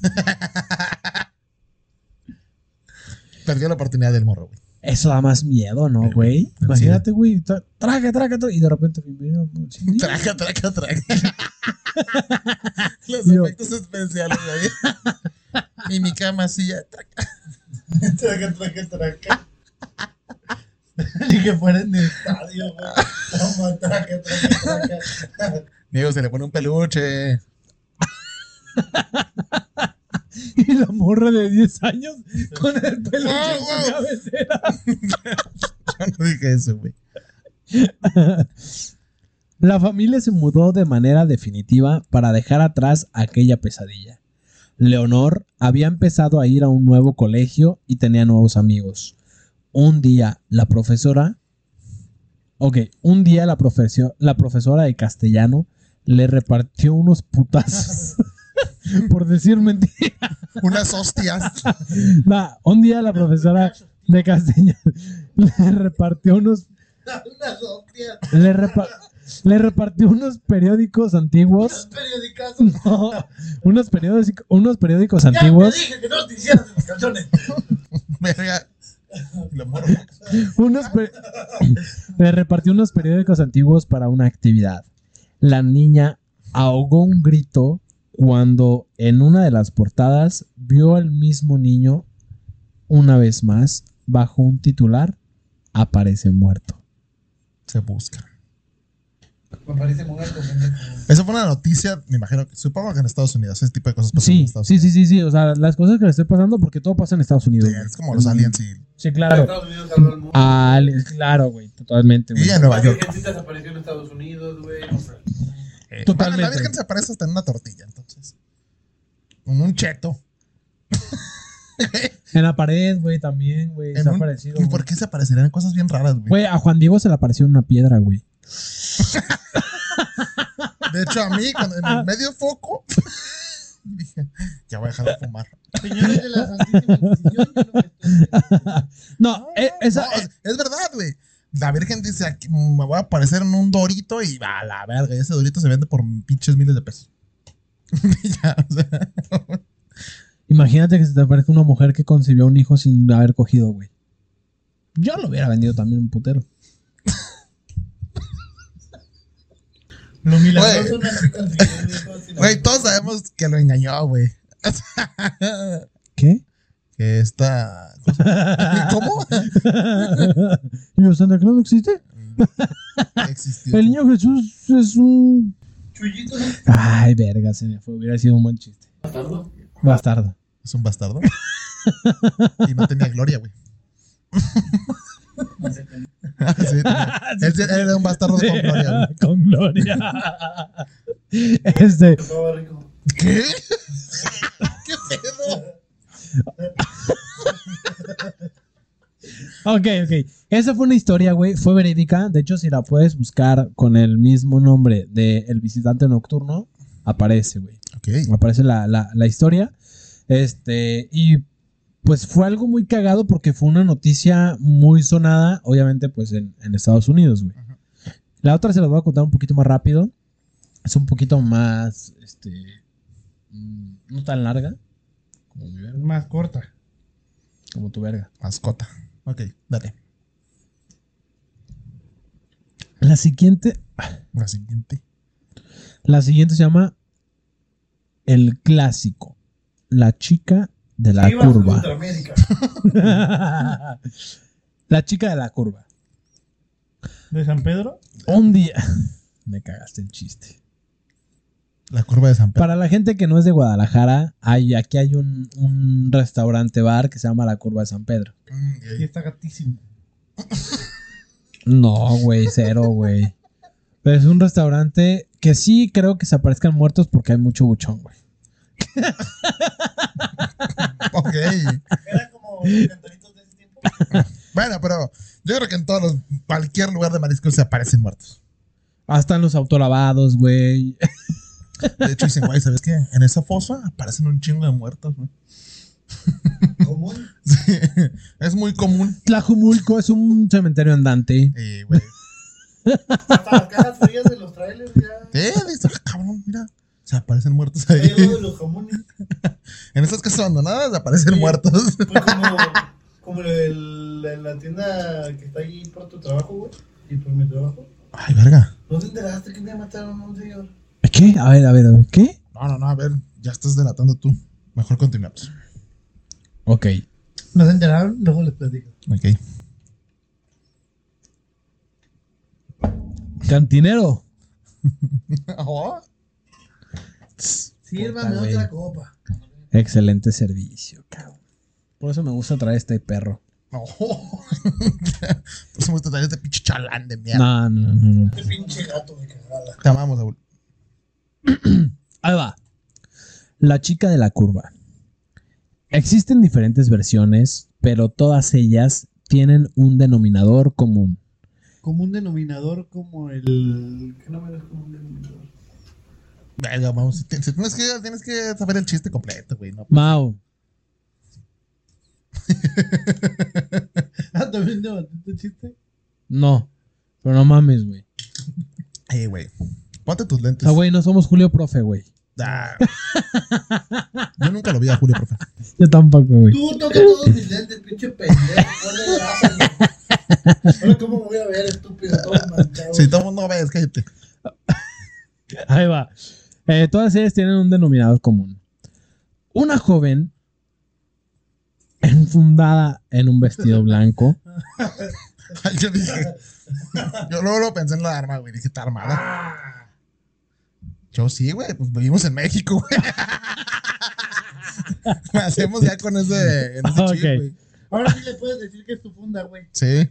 [SPEAKER 2] Perdió la oportunidad del morro, güey.
[SPEAKER 1] Eso da más miedo, ¿no,
[SPEAKER 2] Sí,
[SPEAKER 1] güey?
[SPEAKER 2] sí.
[SPEAKER 1] Imagínate, güey. tra- Traga, traga, traga. Y de repente, bienvenido. sí.
[SPEAKER 2] Traca, traca, traca. Los
[SPEAKER 1] Yo.
[SPEAKER 2] efectos especiales, güey. Y mi cama silla. Traca.
[SPEAKER 3] Traca, traca, traca. Ni que fuera en el estadio, güey. Toma, traca, traca, traca.
[SPEAKER 2] Diego se le pone un peluche.
[SPEAKER 1] Y la morra de 10 años con el pelo
[SPEAKER 2] Wow,
[SPEAKER 1] en
[SPEAKER 2] wow.
[SPEAKER 1] su cabecera.
[SPEAKER 2] Yo no dije eso, güey.
[SPEAKER 1] La familia se mudó de manera definitiva para dejar atrás aquella pesadilla. Leonor había empezado a ir a un nuevo colegio y tenía nuevos amigos. Un día la profesora... Ok, un día la, profesio- la profesora de castellano le repartió unos putazos. por decir mentira.
[SPEAKER 2] Unas hostias.
[SPEAKER 1] Nah, un día la profesora de castellano le repartió unos...
[SPEAKER 3] Unas hostias.
[SPEAKER 1] Le, repa- Le repartió unos periódicos antiguos.
[SPEAKER 3] Los periodicazos.
[SPEAKER 1] No, unos periódicos, unos periódicos
[SPEAKER 3] Ya te
[SPEAKER 1] antiguos.
[SPEAKER 3] dije que no te hicieras de los calzones.
[SPEAKER 2] Verga. Y lo morro.
[SPEAKER 1] Unos per- Le repartió unos periódicos antiguos para una actividad. La niña ahogó un grito cuando en una de las portadas vio al mismo niño una vez más bajo un titular aparece muerto.
[SPEAKER 2] Se busca.
[SPEAKER 4] Me parece muerto. pendejo.
[SPEAKER 2] Esa fue una noticia, me imagino, que- supongo que en Estados Unidos, ese tipo de cosas pasan en
[SPEAKER 1] Sí,
[SPEAKER 2] Estados
[SPEAKER 1] sí, sí, sí, sí. O sea, las cosas que le estoy pasando porque todo pasa en Estados Unidos.
[SPEAKER 2] Unidos.
[SPEAKER 1] güey.
[SPEAKER 2] Sí, es como los aliens y,
[SPEAKER 1] Sí, claro.
[SPEAKER 4] Estados Unidos salvó al mundo.
[SPEAKER 1] Ah, claro, güey, totalmente, güey.
[SPEAKER 2] y en Nueva
[SPEAKER 4] La
[SPEAKER 2] York.
[SPEAKER 4] Virgencita se apareció en Estados Unidos, güey.
[SPEAKER 2] Eh,
[SPEAKER 1] Totalmente.
[SPEAKER 2] bueno, la Virgen se aparece hasta en una tortilla, entonces. En un cheto.
[SPEAKER 1] En la pared, güey, también, güey.
[SPEAKER 2] En
[SPEAKER 1] Se ha
[SPEAKER 2] un-
[SPEAKER 1] aparecido.
[SPEAKER 2] ¿Y
[SPEAKER 1] güey.
[SPEAKER 2] por qué se aparecerán cosas bien raras, güey?
[SPEAKER 1] Güey, a Juan Diego se le apareció una piedra, güey.
[SPEAKER 2] De hecho, a mí, cuando, en el medio foco, dije, ya voy a dejar de fumar.
[SPEAKER 3] Señores de la Santísima Inquisición, yo no me estoy-
[SPEAKER 1] No, eh, esa.
[SPEAKER 2] No, es, es verdad, güey. La Virgen dice, aquí, me voy a aparecer en un dorito y a la verga. y Ese dorito se vende por pinches miles de pesos. Y ya, o sea,
[SPEAKER 1] Imagínate que se te aparezca una mujer que concibió a un hijo sin haber cogido, güey. Yo lo hubiera vendido también un putero.
[SPEAKER 3] Lo milagroso no se consiguió, viejo, sino-
[SPEAKER 2] güey, todos sabemos que lo engañó, güey. O sea,
[SPEAKER 1] ¿Qué?
[SPEAKER 2] que esta... ¿Cómo?
[SPEAKER 1] ¿Y los Santa Claus no existe?
[SPEAKER 2] Existió.
[SPEAKER 1] El niño Jesús es un.
[SPEAKER 3] Chuyito, ¿no?
[SPEAKER 1] Ay, verga, se me fue. Hubiera sido un buen chiste.
[SPEAKER 4] Bastardo.
[SPEAKER 1] Bastardo.
[SPEAKER 2] Es un bastardo. Y no tenía gloria, güey. Ah, sí, tenía- Él sí- él era un bastardo con gloria, güey.
[SPEAKER 1] Con gloria. Este.
[SPEAKER 4] Estaba rico.
[SPEAKER 2] ¿Qué? ¿Qué pedo?
[SPEAKER 1] Ok, ok. Esa fue una historia, güey. Fue verídica. De hecho, si la puedes buscar con el mismo nombre de El visitante nocturno, aparece, güey.
[SPEAKER 2] Ok.
[SPEAKER 1] Aparece la, la- la historia. Este, y pues fue algo muy cagado porque fue una noticia muy sonada, obviamente, pues en, en Estados Unidos, güey.
[SPEAKER 2] Ajá.
[SPEAKER 1] La otra se la voy a contar un poquito más rápido. Es un poquito más, este, mm, no tan larga. Como mi verga,
[SPEAKER 3] Más corta.
[SPEAKER 1] como tu verga.
[SPEAKER 2] Mascota. Ok, dale.
[SPEAKER 1] La siguiente
[SPEAKER 2] La siguiente.
[SPEAKER 1] La siguiente se llama El Clásico. La chica de la
[SPEAKER 3] Chivas contra
[SPEAKER 1] curva.
[SPEAKER 3] América.
[SPEAKER 1] la chica de la curva.
[SPEAKER 3] ¿De San Pedro?
[SPEAKER 1] Un día. Me cagaste el chiste.
[SPEAKER 2] La curva de San Pedro.
[SPEAKER 1] Para la gente que no es de Guadalajara, hay, aquí hay un, un restaurante bar que se llama La Curva de San Pedro.
[SPEAKER 2] Mm,
[SPEAKER 3] Y
[SPEAKER 2] eh,
[SPEAKER 3] está gatísimo.
[SPEAKER 1] No, güey, cero, güey. Pero es un restaurante que sí creo que se aparezcan muertos porque hay mucho buchón, güey.
[SPEAKER 2] Ok.
[SPEAKER 3] Era como los cantaritos de ese tiempo.
[SPEAKER 2] Bueno, pero yo creo que en todos los, cualquier lugar de mariscos se aparecen muertos.
[SPEAKER 1] Hasta en los autolavados, güey.
[SPEAKER 2] De hecho, dicen, güey, ¿sabes qué? En esa fosa aparecen un chingo de muertos, güey.
[SPEAKER 3] Común.
[SPEAKER 2] Sí, es muy común.
[SPEAKER 1] Tlajumulco es un cementerio andante.
[SPEAKER 2] Eh, güey.
[SPEAKER 3] Hasta las cajas frías de los trailers ya.
[SPEAKER 2] Eh, dice, ah, cabrón, mira. Se aparecen muertos
[SPEAKER 3] Ahí
[SPEAKER 2] ahí.
[SPEAKER 3] uno de los comunes.
[SPEAKER 2] En esas casas abandonadas aparecen
[SPEAKER 3] Sí.
[SPEAKER 2] muertos.
[SPEAKER 3] Fue como, como el, la, la tienda que está ahí por tu trabajo, güey. Y por mi trabajo.
[SPEAKER 2] Ay, verga.
[SPEAKER 3] ¿No te enteraste que un día mataron a un señor?
[SPEAKER 1] ¿Qué? A ver, a ver, a ver. ¿Qué?
[SPEAKER 2] No, no, no, a ver, ya estás delatando tú. Mejor continuamos.
[SPEAKER 1] Ok.
[SPEAKER 3] ¿No se enteraron? Luego les platico.
[SPEAKER 2] Ok.
[SPEAKER 1] Cantinero.
[SPEAKER 2] Oh,
[SPEAKER 1] Sírvame Puta, güey. otra
[SPEAKER 3] copa.
[SPEAKER 1] Excelente servicio, cabrón. Por eso me gusta traer este perro.
[SPEAKER 2] no. Por eso me gusta traer este pinche chalán de mierda.
[SPEAKER 1] No, no, no, no.
[SPEAKER 3] Este pinche gato de cagada.
[SPEAKER 2] Te amamos, Saúl.
[SPEAKER 1] Ahí va. La chica de la curva. Existen diferentes versiones, pero todas ellas tienen un denominador común.
[SPEAKER 3] Como un denominador como el... ¿Qué no me como un denominador?
[SPEAKER 2] Venga, vamos. si te- si Tienes que, tienes que saber el chiste completo, güey. No.
[SPEAKER 1] Mau,
[SPEAKER 3] Ah, también te mandaste chiste.
[SPEAKER 1] no. Pero no mames, güey.
[SPEAKER 2] Ay, güey. Ponte tus lentes.
[SPEAKER 1] Ah, güey, no somos Julio Profe, güey.
[SPEAKER 2] Ah. Yo nunca lo vi a Julio, profe.
[SPEAKER 1] Yo tampoco, güey.
[SPEAKER 4] Tú toca todos mis lentes, pinche pendejo. ponle gafas, güey.
[SPEAKER 3] Ahora, ¿cómo me voy a ver, estúpido? Todo manchado.
[SPEAKER 2] Si todo el mundo ves, cállate.
[SPEAKER 1] Ahí va. Eh, todas ellas tienen un denominador común. Una joven enfundada en un vestido blanco.
[SPEAKER 2] Ay, Yo dije. Yo luego lo pensé en la arma, güey. Dije, está armada.
[SPEAKER 3] Ah,
[SPEAKER 2] Yo sí, güey. Pues vivimos en México, güey. Me hacemos ya con ese, en ese
[SPEAKER 1] Ah, Ok.
[SPEAKER 2] chip, güey.
[SPEAKER 3] Ahora sí le puedes decir que es tu funda, güey.
[SPEAKER 2] Sí.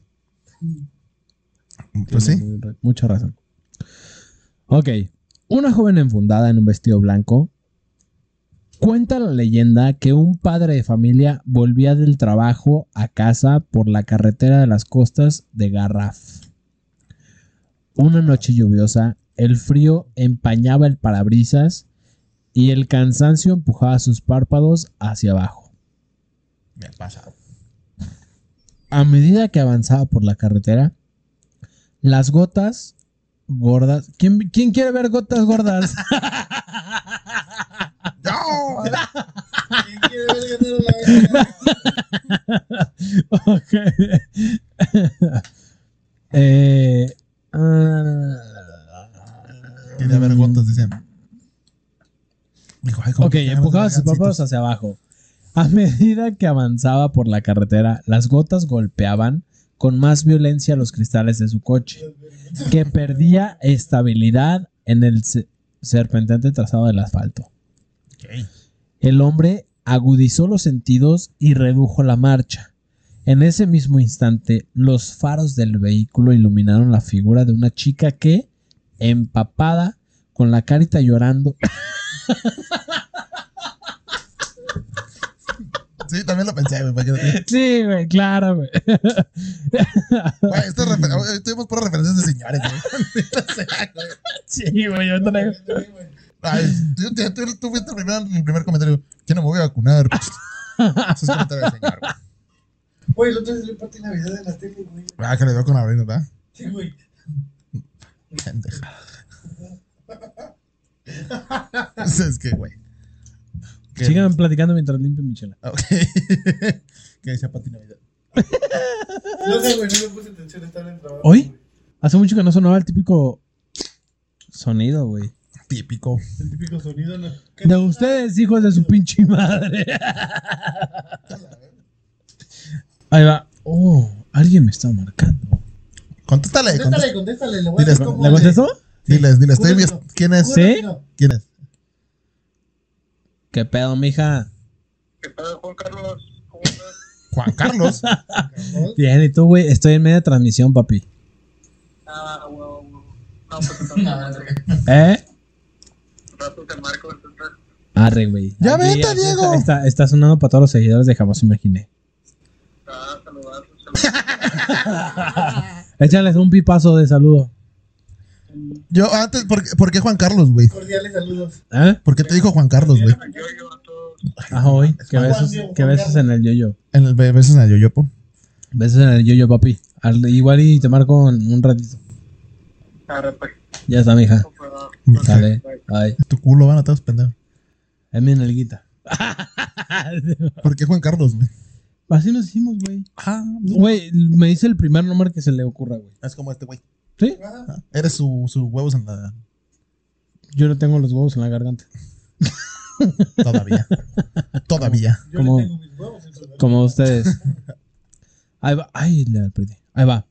[SPEAKER 2] Pues sí.
[SPEAKER 1] Tiene muy- Mucha razón. Ok. Una joven enfundada en un vestido blanco. Cuenta la leyenda que un padre de familia volvía del trabajo a casa por la carretera de las costas de Garraf. Una noche lluviosa, el frío empañaba el parabrisas y el cansancio empujaba sus párpados hacia abajo.
[SPEAKER 2] Me ha pasado.
[SPEAKER 1] A medida que avanzaba por la carretera, las gotas gordas. ¿Quién, quién quiere ver gotas gordas?
[SPEAKER 2] ¡No!
[SPEAKER 3] ¿Quién quiere ver ganar a la verga?
[SPEAKER 1] Ok. Eh, ah,
[SPEAKER 2] Tiene vergontas, dicen. Dijo, ay, ¿cómo
[SPEAKER 1] Ok,
[SPEAKER 2] que ganas
[SPEAKER 1] empujaba
[SPEAKER 2] de
[SPEAKER 1] sus párpados
[SPEAKER 2] gancitos?
[SPEAKER 1] hacia abajo. A medida que avanzaba por la carretera, las gotas golpeaban con más violencia los cristales de su coche. que perdía estabilidad en el se- serpenteante trazado del asfalto.
[SPEAKER 2] Ok.
[SPEAKER 1] El hombre agudizó los sentidos y redujo la marcha. En ese mismo instante, los faros del vehículo iluminaron la figura de una chica que, empapada, con la carita llorando,
[SPEAKER 2] Sí, también lo pensé, güey. imagínate.
[SPEAKER 1] sí, güey, claro, güey.
[SPEAKER 2] Güey, estas refer- hoy tuvimos puras referencias de señores, güey. Maldita sea, güey.
[SPEAKER 1] Sí, güey, yo traigo.
[SPEAKER 2] Ay, tú, tú- tú- tú fuiste el primer, el primer comentario. Yo no me voy a vacunar. Eso es comentario de señor, güey.
[SPEAKER 3] Güey, el otro día salió Pati Navidad en la tele, güey.
[SPEAKER 2] Ah, que le veo con abril, ¿verdad?
[SPEAKER 3] Sí, güey.
[SPEAKER 2] Pendeja. Pues es que, güey. Que-
[SPEAKER 1] Sigan platicando mientras limpio mi chela.
[SPEAKER 2] Ok. que decía Pati Navidad.
[SPEAKER 3] No sé, güey, no le puse atención, estaba en el trabajo.
[SPEAKER 1] ¿Hoy? Hace mucho que no sonaba el típico sonido, güey.
[SPEAKER 2] Típico.
[SPEAKER 3] güey. El típico sonido, ¿no? ¿Qué
[SPEAKER 1] De ustedes, hijos de su pinche madre. Ahí va. Oh, alguien me está marcando.
[SPEAKER 2] Contéstale. contéstale.
[SPEAKER 3] Contéstale, contéstale, le voy a
[SPEAKER 2] Diles,
[SPEAKER 3] decir cómo
[SPEAKER 1] ¿Le
[SPEAKER 3] es.
[SPEAKER 1] contestó?
[SPEAKER 2] Diles, diles. Estoy bien.
[SPEAKER 3] Contéstalo.
[SPEAKER 2] ¿Quién es?
[SPEAKER 1] Sí.
[SPEAKER 3] No,
[SPEAKER 2] ¿Quién es?
[SPEAKER 1] ¿Qué pedo, mija?
[SPEAKER 5] ¿Qué tal, Juan Carlos? ¿Cómo estás?
[SPEAKER 2] Juan Carlos.
[SPEAKER 3] cabrón.
[SPEAKER 1] Bien, ¿y tú, güey? Estoy en medio de transmisión, papi.
[SPEAKER 5] Ah, wow, wow. No, pues entonces, madre.
[SPEAKER 1] ¿Eh?
[SPEAKER 5] Rato te marco, entonces.
[SPEAKER 1] Arre, güey.
[SPEAKER 2] ¡Ya
[SPEAKER 1] Aquí,
[SPEAKER 2] vete,
[SPEAKER 1] aquí
[SPEAKER 2] Diego!
[SPEAKER 1] Está, está- está sonando para todos los seguidores de Jamás Imaginé.
[SPEAKER 5] Ah, saludazos, saludazos.
[SPEAKER 1] Échales un pipazo de saludo.
[SPEAKER 2] Yo antes, ¿por, qué- por qué Juan Carlos, güey?
[SPEAKER 3] Cordiales saludos.
[SPEAKER 1] ¿Eh?
[SPEAKER 2] ¿Por qué te dijo Juan Carlos, güey?
[SPEAKER 5] Yo, yo a todos.
[SPEAKER 1] Ah, hoy. Que
[SPEAKER 3] Juan
[SPEAKER 1] besos,
[SPEAKER 3] Diego,
[SPEAKER 1] que
[SPEAKER 3] Juan
[SPEAKER 1] besos en el yo-yo.
[SPEAKER 2] En el bebés en Yoyopo.
[SPEAKER 1] Besos en el yo-yo, papi. Al- igual y te marco en un ratito.
[SPEAKER 3] Ah,
[SPEAKER 5] Arre, pues,
[SPEAKER 1] Ya está, mija.
[SPEAKER 5] pero-
[SPEAKER 1] Sale. Ay.
[SPEAKER 2] Tu culo van a todos pendejos.
[SPEAKER 1] Es mi nalguita.
[SPEAKER 2] ¿Por qué Juan Carlos, güey?
[SPEAKER 1] Así nos hicimos, güey.
[SPEAKER 2] Ah,
[SPEAKER 1] Güey, me dice el primer nombre que se le ocurra, güey.
[SPEAKER 2] es como este, güey.
[SPEAKER 1] ¿Sí?
[SPEAKER 3] Ajá.
[SPEAKER 2] Ah, Eres su, su huevos en la.
[SPEAKER 1] Yo no tengo los huevos en la garganta.
[SPEAKER 2] Todavía. Todavía.
[SPEAKER 3] Yo
[SPEAKER 1] Como-
[SPEAKER 3] le tengo mis huevos en su
[SPEAKER 1] Como ustedes. Ahí va. Ay, le apreté. Ahí va.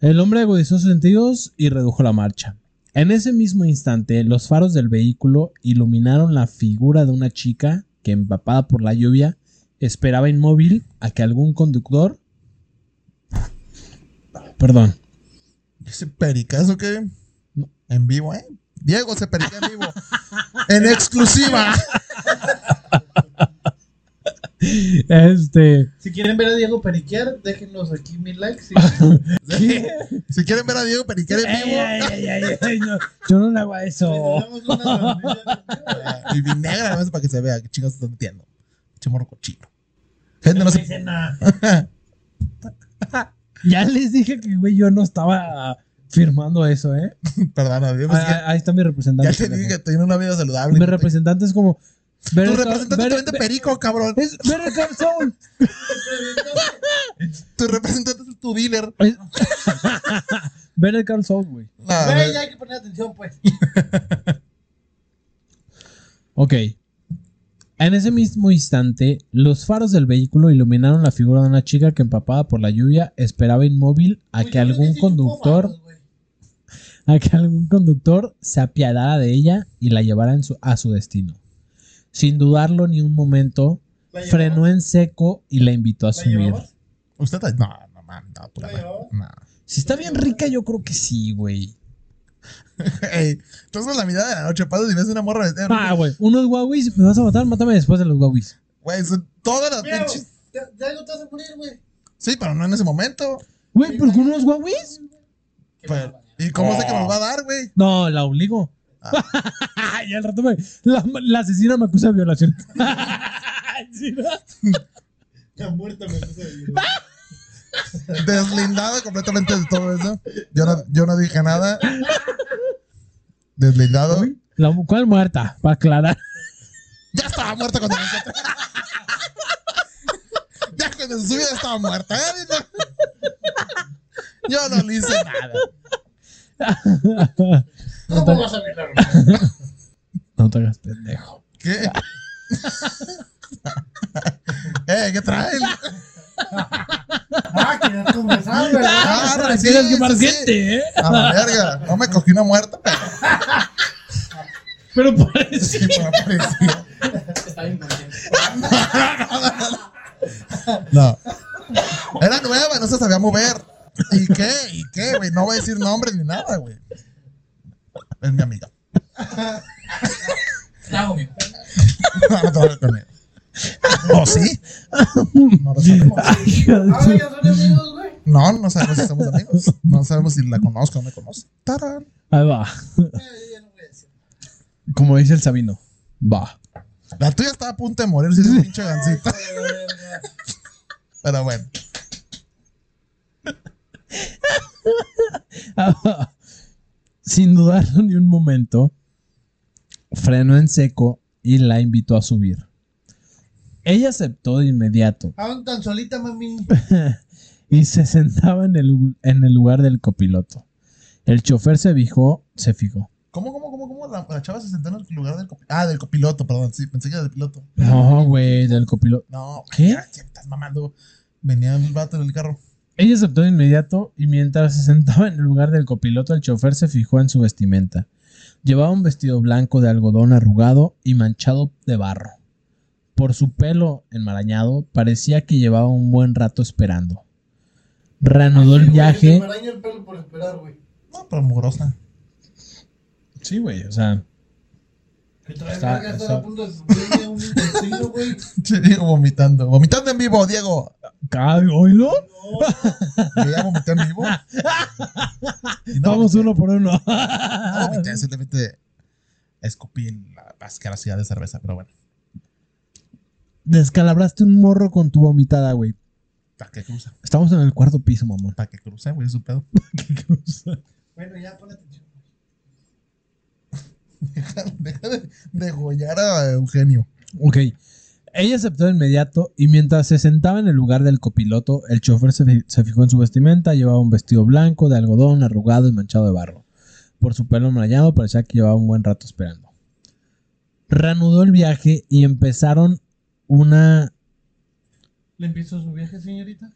[SPEAKER 1] El hombre agudizó sus sentidos y redujo la marcha. En ese mismo instante, los faros del vehículo iluminaron la figura de una chica que, empapada por la lluvia, esperaba inmóvil a que algún conductor. Perdón.
[SPEAKER 2] Ese pericazo que.
[SPEAKER 1] No.
[SPEAKER 2] En vivo, ¿eh? Diego se perica en vivo. en exclusiva.
[SPEAKER 1] Este.
[SPEAKER 3] Si quieren ver a Diego periquear, déjenos aquí mil likes. y-
[SPEAKER 2] si quieren ver a Diego pericar en
[SPEAKER 1] Ey,
[SPEAKER 2] vivo.
[SPEAKER 1] ey, ey, ey, ey, no, yo no le hago a eso.
[SPEAKER 3] Tenemos una reunión.
[SPEAKER 2] eh, Y vinegra, nada más para que se vea. Que chingados estás metiendo. Chimorro cochino. Gente, no se.
[SPEAKER 3] Dicen, ah,
[SPEAKER 1] Ya les dije que, güey, yo no estaba firmando eso, ¿eh?
[SPEAKER 2] Perdón, a ver, pues,
[SPEAKER 1] Ah, ahí está mi
[SPEAKER 2] ya
[SPEAKER 1] representante.
[SPEAKER 2] te dije
[SPEAKER 1] pendejo.
[SPEAKER 2] que tiene una vida saludable.
[SPEAKER 1] Mi representante es como. Ver
[SPEAKER 2] Tu
[SPEAKER 1] el ca-
[SPEAKER 2] representante
[SPEAKER 1] ver-
[SPEAKER 2] te vende
[SPEAKER 1] ver-
[SPEAKER 2] perico, cabrón.
[SPEAKER 1] Es ver el calzón.
[SPEAKER 2] Tu representante es tu dealer.
[SPEAKER 1] Es- ver el calzón, güey.
[SPEAKER 2] Nah,
[SPEAKER 3] Güey,
[SPEAKER 2] güey.
[SPEAKER 3] ya hay que poner atención, pues.
[SPEAKER 1] Ok. En ese mismo instante, los faros del vehículo iluminaron la figura de una chica que empapada por la lluvia esperaba inmóvil a
[SPEAKER 3] Güey,
[SPEAKER 1] que
[SPEAKER 3] yo creo
[SPEAKER 1] algún
[SPEAKER 3] sí chupó
[SPEAKER 1] conductor,
[SPEAKER 3] vatos, güey.
[SPEAKER 1] a que algún conductor se apiadara de ella y la llevara en su- a su destino. Sin dudarlo ni un momento,
[SPEAKER 3] ¿La llevabas?
[SPEAKER 1] frenó en seco y la invitó a
[SPEAKER 3] ¿La
[SPEAKER 1] subir.
[SPEAKER 3] llevabas?
[SPEAKER 2] Usted está. No, no mames, no, pura
[SPEAKER 3] ¿La
[SPEAKER 2] madre,
[SPEAKER 3] llevabas?
[SPEAKER 2] No.
[SPEAKER 1] Si está bien rica, yo creo que sí, güey.
[SPEAKER 2] Ey, entonces a la mitad de la noche pasas y ves una morra vestida de
[SPEAKER 1] Ah,
[SPEAKER 2] rojo.
[SPEAKER 1] güey. Unos guauis, me vas a matar, mátame después de los guauis.
[SPEAKER 2] Güey, son todas las
[SPEAKER 3] Mira,
[SPEAKER 2] pinches.
[SPEAKER 3] güey, de- de algo te vas a morir, güey.
[SPEAKER 2] Sí, pero no en ese momento.
[SPEAKER 1] Güey, ¿pero con unos guauis?
[SPEAKER 3] Qué
[SPEAKER 2] Pero-
[SPEAKER 3] barbaridad.
[SPEAKER 2] ¿Y cómo sé que nos va a dar, güey?
[SPEAKER 1] No, la obligo. y al rato me. La, la asesina me acusa de violación. Sí, ¿no?
[SPEAKER 3] La muerta me puso de vivir.
[SPEAKER 2] Deslindado completamente de todo eso. Yo no, yo no dije nada. Deslindado.
[SPEAKER 1] La, mu- ¿Cuál muerta? Para aclarar.
[SPEAKER 2] Ya estaba muerta cuando nosotros. ya cuando se subió ya estaba muerta. ¿eh? Yo no le hice nada.
[SPEAKER 1] No
[SPEAKER 3] ¿Cómo vas a violar? güey?
[SPEAKER 1] No te hagas pendejo.
[SPEAKER 2] ¿Qué? eh, ¿qué traen?
[SPEAKER 3] Ah, querías conversar, ¿verdad?
[SPEAKER 2] Ah, ahora sí,
[SPEAKER 1] Tienes que
[SPEAKER 2] sí,
[SPEAKER 1] más
[SPEAKER 2] sí.
[SPEAKER 1] gente, ¿eh?
[SPEAKER 2] A la verga. No me cogí una muerta, pero
[SPEAKER 1] Pero parece.
[SPEAKER 2] sí, pero pareció.
[SPEAKER 4] Está bien consciente.
[SPEAKER 2] No. Era nueva, no se sabía mover. ¿Y qué? ¿Y qué, güey? No voy a decir nombres ni nada, güey. Es mi amiga.
[SPEAKER 4] Trago, mijo.
[SPEAKER 2] No, no te vayas conmigo. ¿O sí? No lo sabemos.
[SPEAKER 3] Ahora ya son amigos, güey.
[SPEAKER 2] No, no sabemos si somos amigos. No sabemos si la conozco o no me conoce. Tarán.
[SPEAKER 1] Ahí va.
[SPEAKER 3] Eh, ya no voy a decir.
[SPEAKER 1] Como dice el Sabino. Va.
[SPEAKER 2] La tuya estaba a punto de morir si es pinche gancita.
[SPEAKER 3] Ay, verga.
[SPEAKER 2] Pero bueno.
[SPEAKER 1] Sin dudarlo ni un momento, frenó en seco y la invitó a subir. Ella aceptó de inmediato
[SPEAKER 3] Aún tan solita, mami.
[SPEAKER 1] y se sentaba en el, lu- en el lugar del copiloto. El chofer se fijó, se fijó.
[SPEAKER 2] ¿Cómo, cómo, cómo, cómo? La, la chava se sentó en el lugar del copiloto. Ah, del copiloto, perdón. Sí, pensé que era del piloto.
[SPEAKER 1] No, güey, del copiloto.
[SPEAKER 2] No,
[SPEAKER 1] ¿Qué?
[SPEAKER 2] ya, ¿qué estás mamando? Venía el vato en el carro.
[SPEAKER 1] Ella aceptó de inmediato y mientras se sentaba en el lugar del copiloto, el chofer se fijó en su vestimenta. Llevaba un vestido blanco de algodón arrugado y manchado de barro. Por su pelo enmarañado, parecía que llevaba un buen rato esperando. Reanudó
[SPEAKER 3] Sí,
[SPEAKER 1] el
[SPEAKER 3] güey, se
[SPEAKER 1] viaje.
[SPEAKER 3] Me araña el pelo por esperar, güey.
[SPEAKER 2] No, pero mugrosa.
[SPEAKER 1] Sí, güey, o sea.
[SPEAKER 3] Que trae
[SPEAKER 1] Está-
[SPEAKER 3] verga,
[SPEAKER 1] está-
[SPEAKER 3] está a punto de sufrirme un intestino, güey.
[SPEAKER 2] Sí, Diego vomitando. Vomitando en vivo, Diego.
[SPEAKER 1] ¿Cabe oírlo?
[SPEAKER 2] Yo ya vomité en vivo. Y no
[SPEAKER 1] Vamos
[SPEAKER 2] vomité.
[SPEAKER 1] uno por uno.
[SPEAKER 2] No vomité, simplemente escupí la asquerosidad de cerveza, pero bueno.
[SPEAKER 1] Descalabraste un morro con tu vomitada, güey.
[SPEAKER 2] ¿Para qué cruza?
[SPEAKER 1] Estamos en el cuarto piso, mamón.
[SPEAKER 2] ¿Para qué cruza, güey? Es un pedo.
[SPEAKER 3] Bueno, ya pon atención.
[SPEAKER 2] Deja, deja de degollar a Eugenio.
[SPEAKER 1] Ok. Ella aceptó de inmediato y mientras se sentaba en el lugar del copiloto, el chofer se, fi- se fijó en su vestimenta, llevaba un vestido blanco de algodón arrugado y manchado de barro. Por su pelo enmarañado parecía que llevaba un buen rato esperando. Reanudó el viaje y empezaron una...
[SPEAKER 3] ¿Le empiezo su viaje, señorita?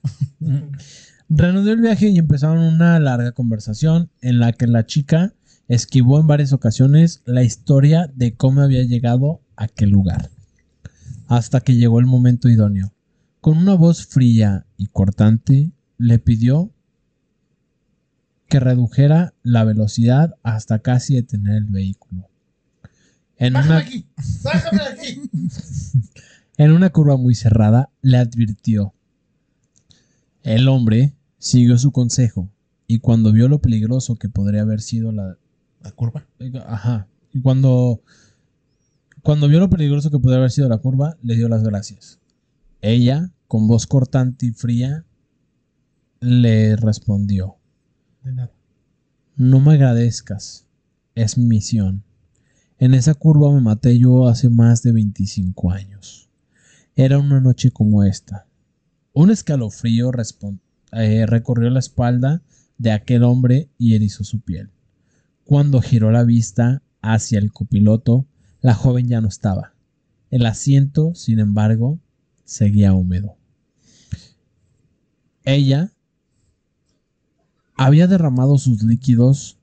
[SPEAKER 1] Reanudó el viaje y empezaron una larga conversación en la que la chica esquivó en varias ocasiones la historia de cómo había llegado a aquel lugar. Hasta que llegó el momento idóneo. Con una voz fría y cortante le pidió que redujera la velocidad hasta casi detener el vehículo. En
[SPEAKER 3] ¡Bájame
[SPEAKER 1] una,
[SPEAKER 3] aquí! ¡Bájame aquí!
[SPEAKER 1] en una curva muy cerrada, le advirtió. El hombre siguió su consejo y cuando vio lo peligroso que podría haber sido la...
[SPEAKER 2] La curva.
[SPEAKER 1] Ajá. Y cuando... Cuando vio lo peligroso que podría haber sido la curva, le dio las gracias. Ella, con voz cortante y fría, le respondió.
[SPEAKER 3] De nada.
[SPEAKER 1] No me agradezcas. Es mi misión. En esa curva me maté yo hace más de 25 años. Era una noche como esta. Un escalofrío respon- eh, recorrió la espalda de aquel hombre y erizó su piel. Cuando giró la vista hacia el copiloto, la joven ya no estaba. El asiento, sin embargo, seguía húmedo. Ella había derramado sus líquidos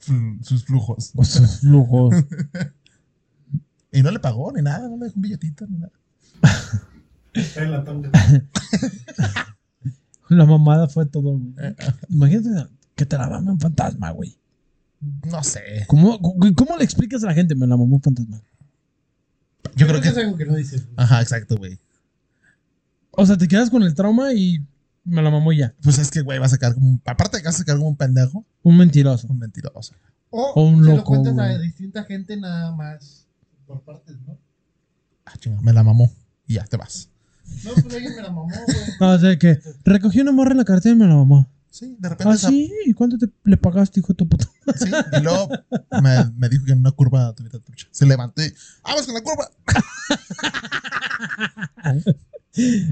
[SPEAKER 2] Fl- Sus flujos.
[SPEAKER 1] o sus flujos
[SPEAKER 2] Y no le pagó ni nada, no le dejó un billetito ni nada.
[SPEAKER 3] En la tonga.
[SPEAKER 1] La mamada fue todo. güey. Imagínate que te la mame un fantasma, güey.
[SPEAKER 2] No sé.
[SPEAKER 1] ¿Cómo, cu- ¿Cómo le explicas a la gente? Me la mamó un fantasma.
[SPEAKER 2] Yo creo que.
[SPEAKER 3] es algo que no dices. güey.
[SPEAKER 2] Ajá, exacto, güey.
[SPEAKER 1] O sea, te quedas con el trauma y me la mamó ya.
[SPEAKER 2] Pues es que, güey, vas a quedar como un. Aparte de que vas a quedar como un pendejo,
[SPEAKER 1] Un mentiroso.
[SPEAKER 2] un mentiroso.
[SPEAKER 3] O,
[SPEAKER 1] O un
[SPEAKER 3] se
[SPEAKER 1] loco,
[SPEAKER 3] lo cuentas a
[SPEAKER 1] güey.
[SPEAKER 3] distinta gente nada más por partes, ¿no?
[SPEAKER 2] Ah, chinga, me la mamó. Y ya te vas.
[SPEAKER 3] No, pues alguien me la mamó, güey.
[SPEAKER 1] Ah, O sea, que recogí una morra en la cartera y me la mamó.
[SPEAKER 2] Sí, de repente.
[SPEAKER 1] ¿Ah,
[SPEAKER 2] esa-
[SPEAKER 1] sí? ¿Y cuánto te, le pagaste, hijo de tu puta?
[SPEAKER 2] sí, Y luego me, me dijo que en una curva tuviera trucha. Se levantó y. ¡Vamos con la curva!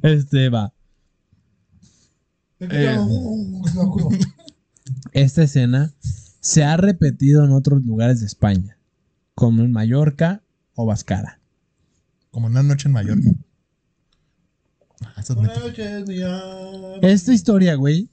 [SPEAKER 1] Este va.
[SPEAKER 3] Te
[SPEAKER 1] Eh.
[SPEAKER 3] digo, "Uh, uh, loco".
[SPEAKER 1] Esta escena se ha repetido en otros lugares de España, como en Mallorca o Vascara.
[SPEAKER 2] Como una noche en Mallorca. Ah, eso es
[SPEAKER 3] Buenas
[SPEAKER 2] neta.
[SPEAKER 3] noches, mi amor.
[SPEAKER 1] Esta historia, güey,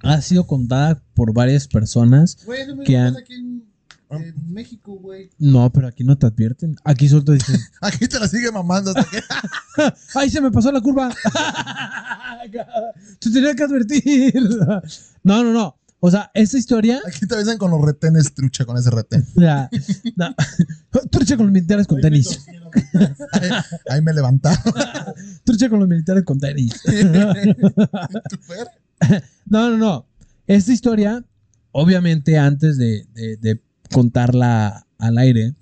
[SPEAKER 1] ha sido contada por varias personas
[SPEAKER 3] Güey, eso mismo
[SPEAKER 1] que han-
[SPEAKER 3] pasa aquí en, en México, güey.
[SPEAKER 1] No, pero aquí no te advierten. Aquí solo te dicen,
[SPEAKER 2] Aquí te la sigue mamando hasta que.
[SPEAKER 1] ¡ay, se me pasó la curva! Te tenía que advertir. No, no, no. O sea, esta historia...
[SPEAKER 2] Aquí te avisan con los retenes trucha, con ese reten.
[SPEAKER 1] La, la- trucha con los militares con
[SPEAKER 3] Ahí me
[SPEAKER 1] tenis.
[SPEAKER 3] torcieron.
[SPEAKER 2] Ahí, ahí me levantaron.
[SPEAKER 1] Trucha con los militares con tenis.
[SPEAKER 2] ¿Tú fuera?
[SPEAKER 1] No, no, no. Esta historia, obviamente, antes de, de- de contarla al aire,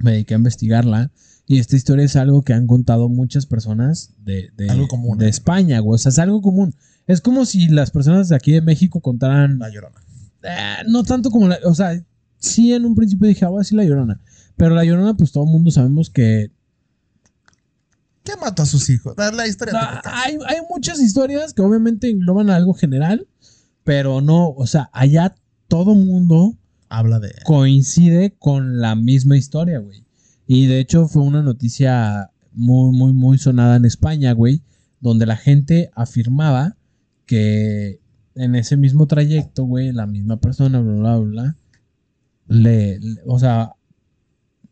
[SPEAKER 1] me dediqué a investigarla. Y esta historia es algo que han contado muchas personas de, de-
[SPEAKER 2] Algo común,
[SPEAKER 1] de
[SPEAKER 2] ¿eh?
[SPEAKER 1] España, güey. O sea, es algo común. Es como si las personas de aquí de México contaran.
[SPEAKER 2] La llorona.
[SPEAKER 1] eh, no tanto como la. O sea, sí, en un principio dije, ah, voy a decir la llorona. Pero la llorona, pues todo el mundo sabemos que.
[SPEAKER 2] ¿Qué mató a sus hijos? La, la historia.
[SPEAKER 1] Ah,
[SPEAKER 2] típica.
[SPEAKER 1] hay, hay muchas historias que obviamente engloban algo general. Pero no, o sea, allá todo mundo
[SPEAKER 2] Habla de.
[SPEAKER 1] coincide con la misma historia, güey. Y de hecho fue una noticia muy, muy, muy sonada en España, güey, donde la gente afirmaba que en ese mismo trayecto, güey, la misma persona, bla, bla, bla, le, le- o sea,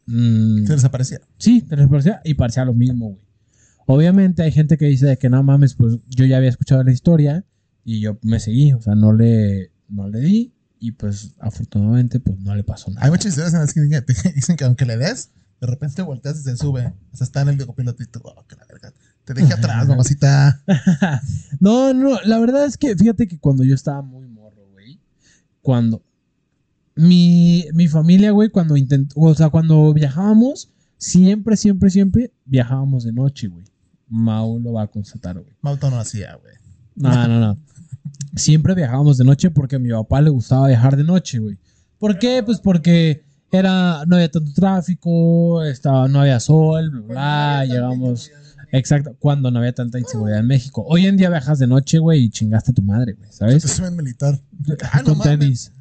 [SPEAKER 1] mm,
[SPEAKER 2] Se desaparecía.
[SPEAKER 1] sí, te les parecía y parecía lo mismo, güey. Obviamente hay gente que dice de que no mames, pues yo ya había escuchado la historia y yo me seguí, o sea, no le, no le di y pues afortunadamente pues no le pasó nada.
[SPEAKER 2] Hay muchas historias en las que dicen que- dicen que aunque le des, de repente volteas y se sube. O sea, está en el copiloto y tú, oh, que la verga. Te dejé atrás, mamacita.
[SPEAKER 1] no, no, la verdad es que fíjate que cuando yo estaba muy morro, güey, cuando mi, mi familia, güey, cuando intentó, o sea, cuando viajábamos, siempre, siempre, siempre viajábamos de noche, güey. Mau lo va a constatar, güey.
[SPEAKER 2] Mauto no hacía, güey.
[SPEAKER 1] No, no, no. Siempre viajábamos de noche porque a mi papá le gustaba viajar de noche, güey. ¿Por qué? Pues porque era, no había tanto tráfico, estaba, no había sol, bla, bla, bla, llegamos. Exacto, cuando no había tanta inseguridad en México. Hoy en día viajas de noche, güey, y chingaste a tu madre, güey,
[SPEAKER 2] Te
[SPEAKER 1] ¿sabes?
[SPEAKER 2] suben militar. Ah, no
[SPEAKER 1] Con
[SPEAKER 2] mames.
[SPEAKER 1] tenis.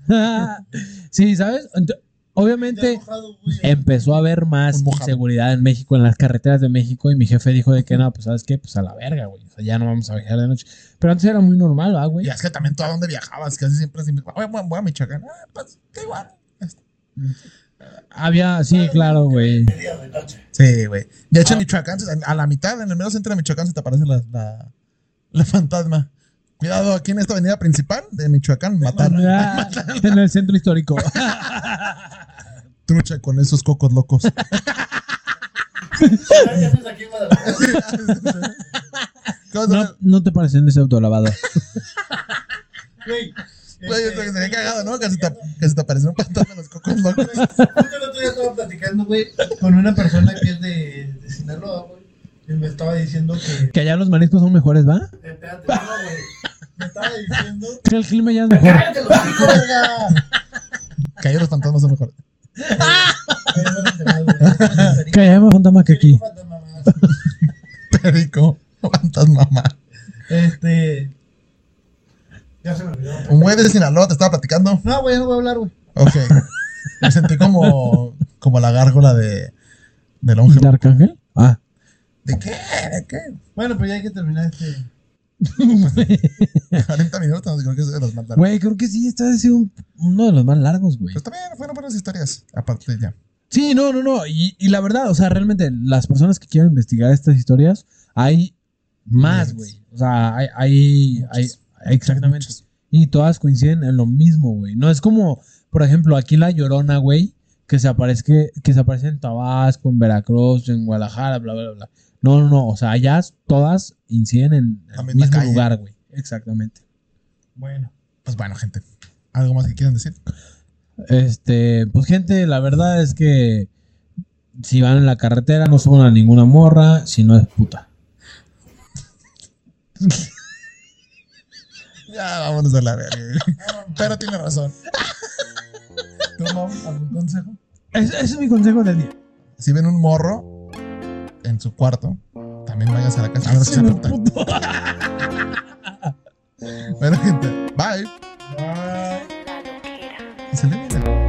[SPEAKER 1] sí, ¿sabes? Ent-
[SPEAKER 3] Ya
[SPEAKER 1] obviamente
[SPEAKER 3] mojado, güey.
[SPEAKER 1] empezó a haber más
[SPEAKER 2] Un mojado.
[SPEAKER 1] inseguridad en México, en las carreteras de México, y mi jefe dijo de que no, pues sabes qué, pues a la verga, güey. O sea, ya no vamos a viajar de noche. Pero antes era muy normal, ¿va, güey?
[SPEAKER 2] Y es que también tú a dónde viajabas, casi siempre así me voy, voy, voy a Michoacán. Ah, pues, da igual.
[SPEAKER 1] Había, sí, claro, güey.
[SPEAKER 2] Sí, güey. De hecho, en Michoacán, a la mitad, en el medio centro de Michoacán, se te aparece la, la, la fantasma. Cuidado, aquí en esta avenida principal de Michoacán, matar
[SPEAKER 1] Ah, En el centro histórico.
[SPEAKER 2] trucha con esos cocos locos.
[SPEAKER 3] Ah, Ya, ya me saqué para
[SPEAKER 2] ¿Cómo se
[SPEAKER 1] No, no te parecen ese autolavado.
[SPEAKER 3] Güey.
[SPEAKER 2] Güey,
[SPEAKER 3] este,
[SPEAKER 2] que sería cagado, ¿no? Casi te, casi te apareció un pantalón de los cocos locos.
[SPEAKER 3] Justo el otro día estaba platicando, güey, con una persona que es de, de Sinaloa, güey. Y me estaba diciendo que.
[SPEAKER 1] Que allá los mariscos son mejores, ¿va?
[SPEAKER 3] Espérate, no, güey. Me estaba diciendo.
[SPEAKER 1] El clima ya es mejor.
[SPEAKER 4] ¡Cállate los hijos!
[SPEAKER 3] ¡Verga!
[SPEAKER 2] Cayeron los pantanos son mejor.
[SPEAKER 3] Ahí no te vas, güey.
[SPEAKER 1] Que haya más fantasmas que aquí.
[SPEAKER 3] Fanta mamá.
[SPEAKER 2] Perico. Fantasma. mamá.
[SPEAKER 3] Este. Ya se me olvidó.
[SPEAKER 2] Un güey de Sinaloa te estaba platicando.
[SPEAKER 3] No, güey, no voy a hablar, güey.
[SPEAKER 2] Ok. Me sentí como, como la gárgola de, del ángel.
[SPEAKER 1] ¿De Arcángel? Ah.
[SPEAKER 2] ¿De qué? ¿De qué?
[SPEAKER 3] Bueno, pues ya hay que terminar este.
[SPEAKER 2] 40 minutos, creo que se los mandaron.
[SPEAKER 1] Güey, creo que sí, este ha sido un- uno de los más largos, güey.
[SPEAKER 2] Pero Pues también fueron buenas historias. Aparte, ya.
[SPEAKER 1] Sí, no, no, no. Y, y la verdad, o sea, realmente las personas que quieren investigar estas historias, hay más,
[SPEAKER 2] Miles.
[SPEAKER 1] güey. O sea, hay, hay, hay-
[SPEAKER 2] Muchas.
[SPEAKER 1] hay- exactamente.
[SPEAKER 2] Muchas.
[SPEAKER 1] Y todas coinciden en lo mismo, güey. No es como, por ejemplo, aquí la Llorona, güey, que se aparezca, que se aparece en Tabasco, en Veracruz, en Guadalajara, bla, bla, bla. No, no, no. O sea, allá todas inciden en
[SPEAKER 2] La
[SPEAKER 1] el
[SPEAKER 2] misma
[SPEAKER 1] mismo
[SPEAKER 2] calle.
[SPEAKER 1] lugar, güey. Exactamente.
[SPEAKER 3] Bueno.
[SPEAKER 2] Pues bueno, gente. ¿Algo más que quieran decir?
[SPEAKER 1] Este, pues gente, la verdad es que si van en la carretera no suban a ninguna morra, si no es puta.
[SPEAKER 2] Ya, vámonos a la verga. Pero tiene razón.
[SPEAKER 3] ¿Tú, Mau, algún consejo?
[SPEAKER 1] Es- Ese es mi consejo del día.
[SPEAKER 2] Si ven un morro en su cuarto, también vayas a la casa. A ver si
[SPEAKER 1] Si
[SPEAKER 2] se
[SPEAKER 1] no es
[SPEAKER 2] puta.
[SPEAKER 1] puto.
[SPEAKER 2] Bueno, gente. Bye.
[SPEAKER 3] Ah.
[SPEAKER 2] Y se elimina.